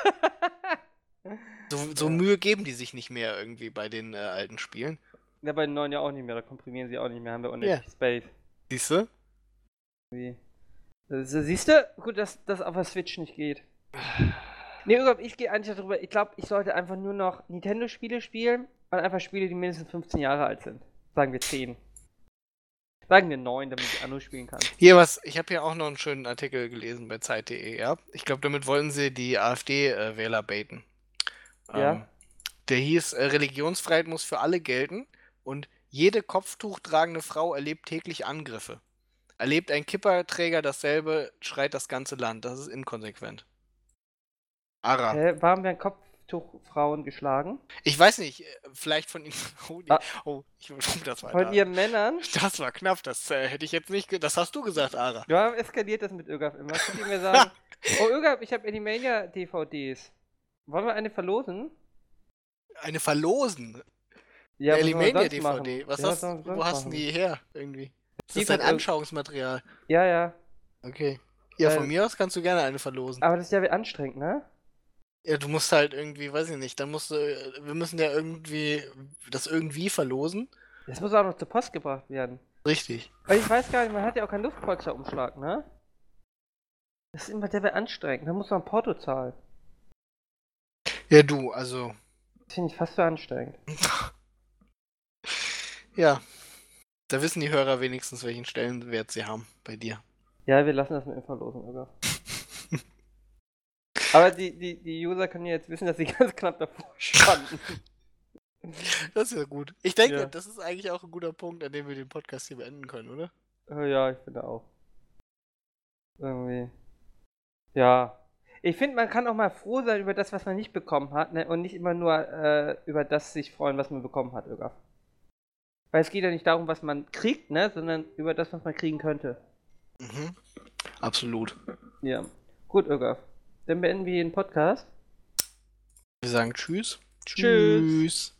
[SPEAKER 2] So, so
[SPEAKER 1] Ja.
[SPEAKER 2] Mühe geben die sich nicht mehr irgendwie bei den äh, alten Spielen.
[SPEAKER 1] ja, bei den neuen ja auch nicht mehr, da komprimieren sie auch nicht mehr, haben wir unendlich Space.
[SPEAKER 2] Siehst du?
[SPEAKER 1] Wie? Das, das, Also, siehst du? Gut, dass das auf der Switch nicht geht. Nee, überhaupt, ich gehe eigentlich darüber. Ich glaube, ich sollte einfach nur noch Nintendo-Spiele spielen und einfach Spiele, die mindestens 15 Jahre alt sind. Sagen wir 10. Sagen wir 9, damit ich Anno spielen kann.
[SPEAKER 2] Hier was, ich habe hier auch noch einen schönen Artikel gelesen bei Zeit.de, ja. Ich glaube, damit wollen sie die AfD-Wähler baiten. Ähm,
[SPEAKER 1] Ja.
[SPEAKER 2] der hieß, äh, Religionsfreiheit muss für alle gelten und jede Kopftuch tragende Frau erlebt täglich Angriffe. Erlebt ein Kipperträger dasselbe, schreit das ganze Land. Das ist inkonsequent. Ara.
[SPEAKER 1] Hä, warum werden Kopftuchfrauen geschlagen?
[SPEAKER 2] Ich weiß nicht, äh, vielleicht von Ihnen. Oh, nee.
[SPEAKER 1] Ah.
[SPEAKER 2] oh ich, das war
[SPEAKER 1] Von
[SPEAKER 2] nah.
[SPEAKER 1] ihren Männern?
[SPEAKER 2] Das war knapp, das äh, hätte ich jetzt nicht. Ge das hast du gesagt, Ara.
[SPEAKER 1] Ja, eskaliert das mit Ögaf immer. Könnt ihr mir sagen, oh Ögaf, ich habe Animania DVDs. Wollen wir eine verlosen?
[SPEAKER 2] Eine verlosen.
[SPEAKER 1] Ja, was soll man
[SPEAKER 2] Alimania
[SPEAKER 1] sonst
[SPEAKER 2] DVD.
[SPEAKER 1] machen?
[SPEAKER 2] Was
[SPEAKER 1] Ja, was
[SPEAKER 2] hast,
[SPEAKER 1] soll man
[SPEAKER 2] wo
[SPEAKER 1] sonst
[SPEAKER 2] hast du
[SPEAKER 1] machen?
[SPEAKER 2] die her? Irgendwie. Das
[SPEAKER 1] Die äh,
[SPEAKER 2] ist ein
[SPEAKER 1] von irg-
[SPEAKER 2] Anschauungsmaterial.
[SPEAKER 1] Ja, ja.
[SPEAKER 2] Okay. Ja,
[SPEAKER 1] Weil-
[SPEAKER 2] von mir aus kannst du gerne eine verlosen.
[SPEAKER 1] Aber das ist ja anstrengend, ne?
[SPEAKER 2] Ja, du musst halt irgendwie, weiß ich nicht, dann musst du. äh, Wir müssen ja irgendwie das irgendwie verlosen.
[SPEAKER 1] Das muss auch noch zur Post gebracht werden.
[SPEAKER 2] Richtig.
[SPEAKER 1] Weil ich weiß gar nicht, man hat ja auch keinen Luftpolsterumschlag, ne? Das ist immer der wäre anstrengend. Da muss man Porto zahlen.
[SPEAKER 2] Ja, du, also.
[SPEAKER 1] Das finde ich fast so anstrengend.
[SPEAKER 2] Ja. Da wissen die Hörer wenigstens, welchen Stellenwert sie haben bei dir.
[SPEAKER 1] Ja, wir lassen das mit ihm verlosen, oder? Aber die, die, die User können ja jetzt wissen, dass sie ganz knapp davor standen.
[SPEAKER 2] Das ist ja gut. Ich denke,
[SPEAKER 1] Ja.
[SPEAKER 2] das ist eigentlich auch ein guter Punkt, an dem wir den Podcast hier beenden können, oder?
[SPEAKER 1] Äh, ja, ich finde auch. Irgendwie. Ja. Ich finde, man kann auch mal froh sein über das, was man nicht bekommen hat, ne? und nicht immer nur äh, über das sich freuen, was man bekommen hat, Ögaf. Weil es geht ja nicht darum, was man kriegt, ne? sondern über das, was man kriegen könnte.
[SPEAKER 2] Mhm. Absolut.
[SPEAKER 1] Ja. Gut, Ögaf. Dann beenden wir den Podcast.
[SPEAKER 2] Wir sagen Tschüss.
[SPEAKER 1] Tschüss.
[SPEAKER 2] Tschüss.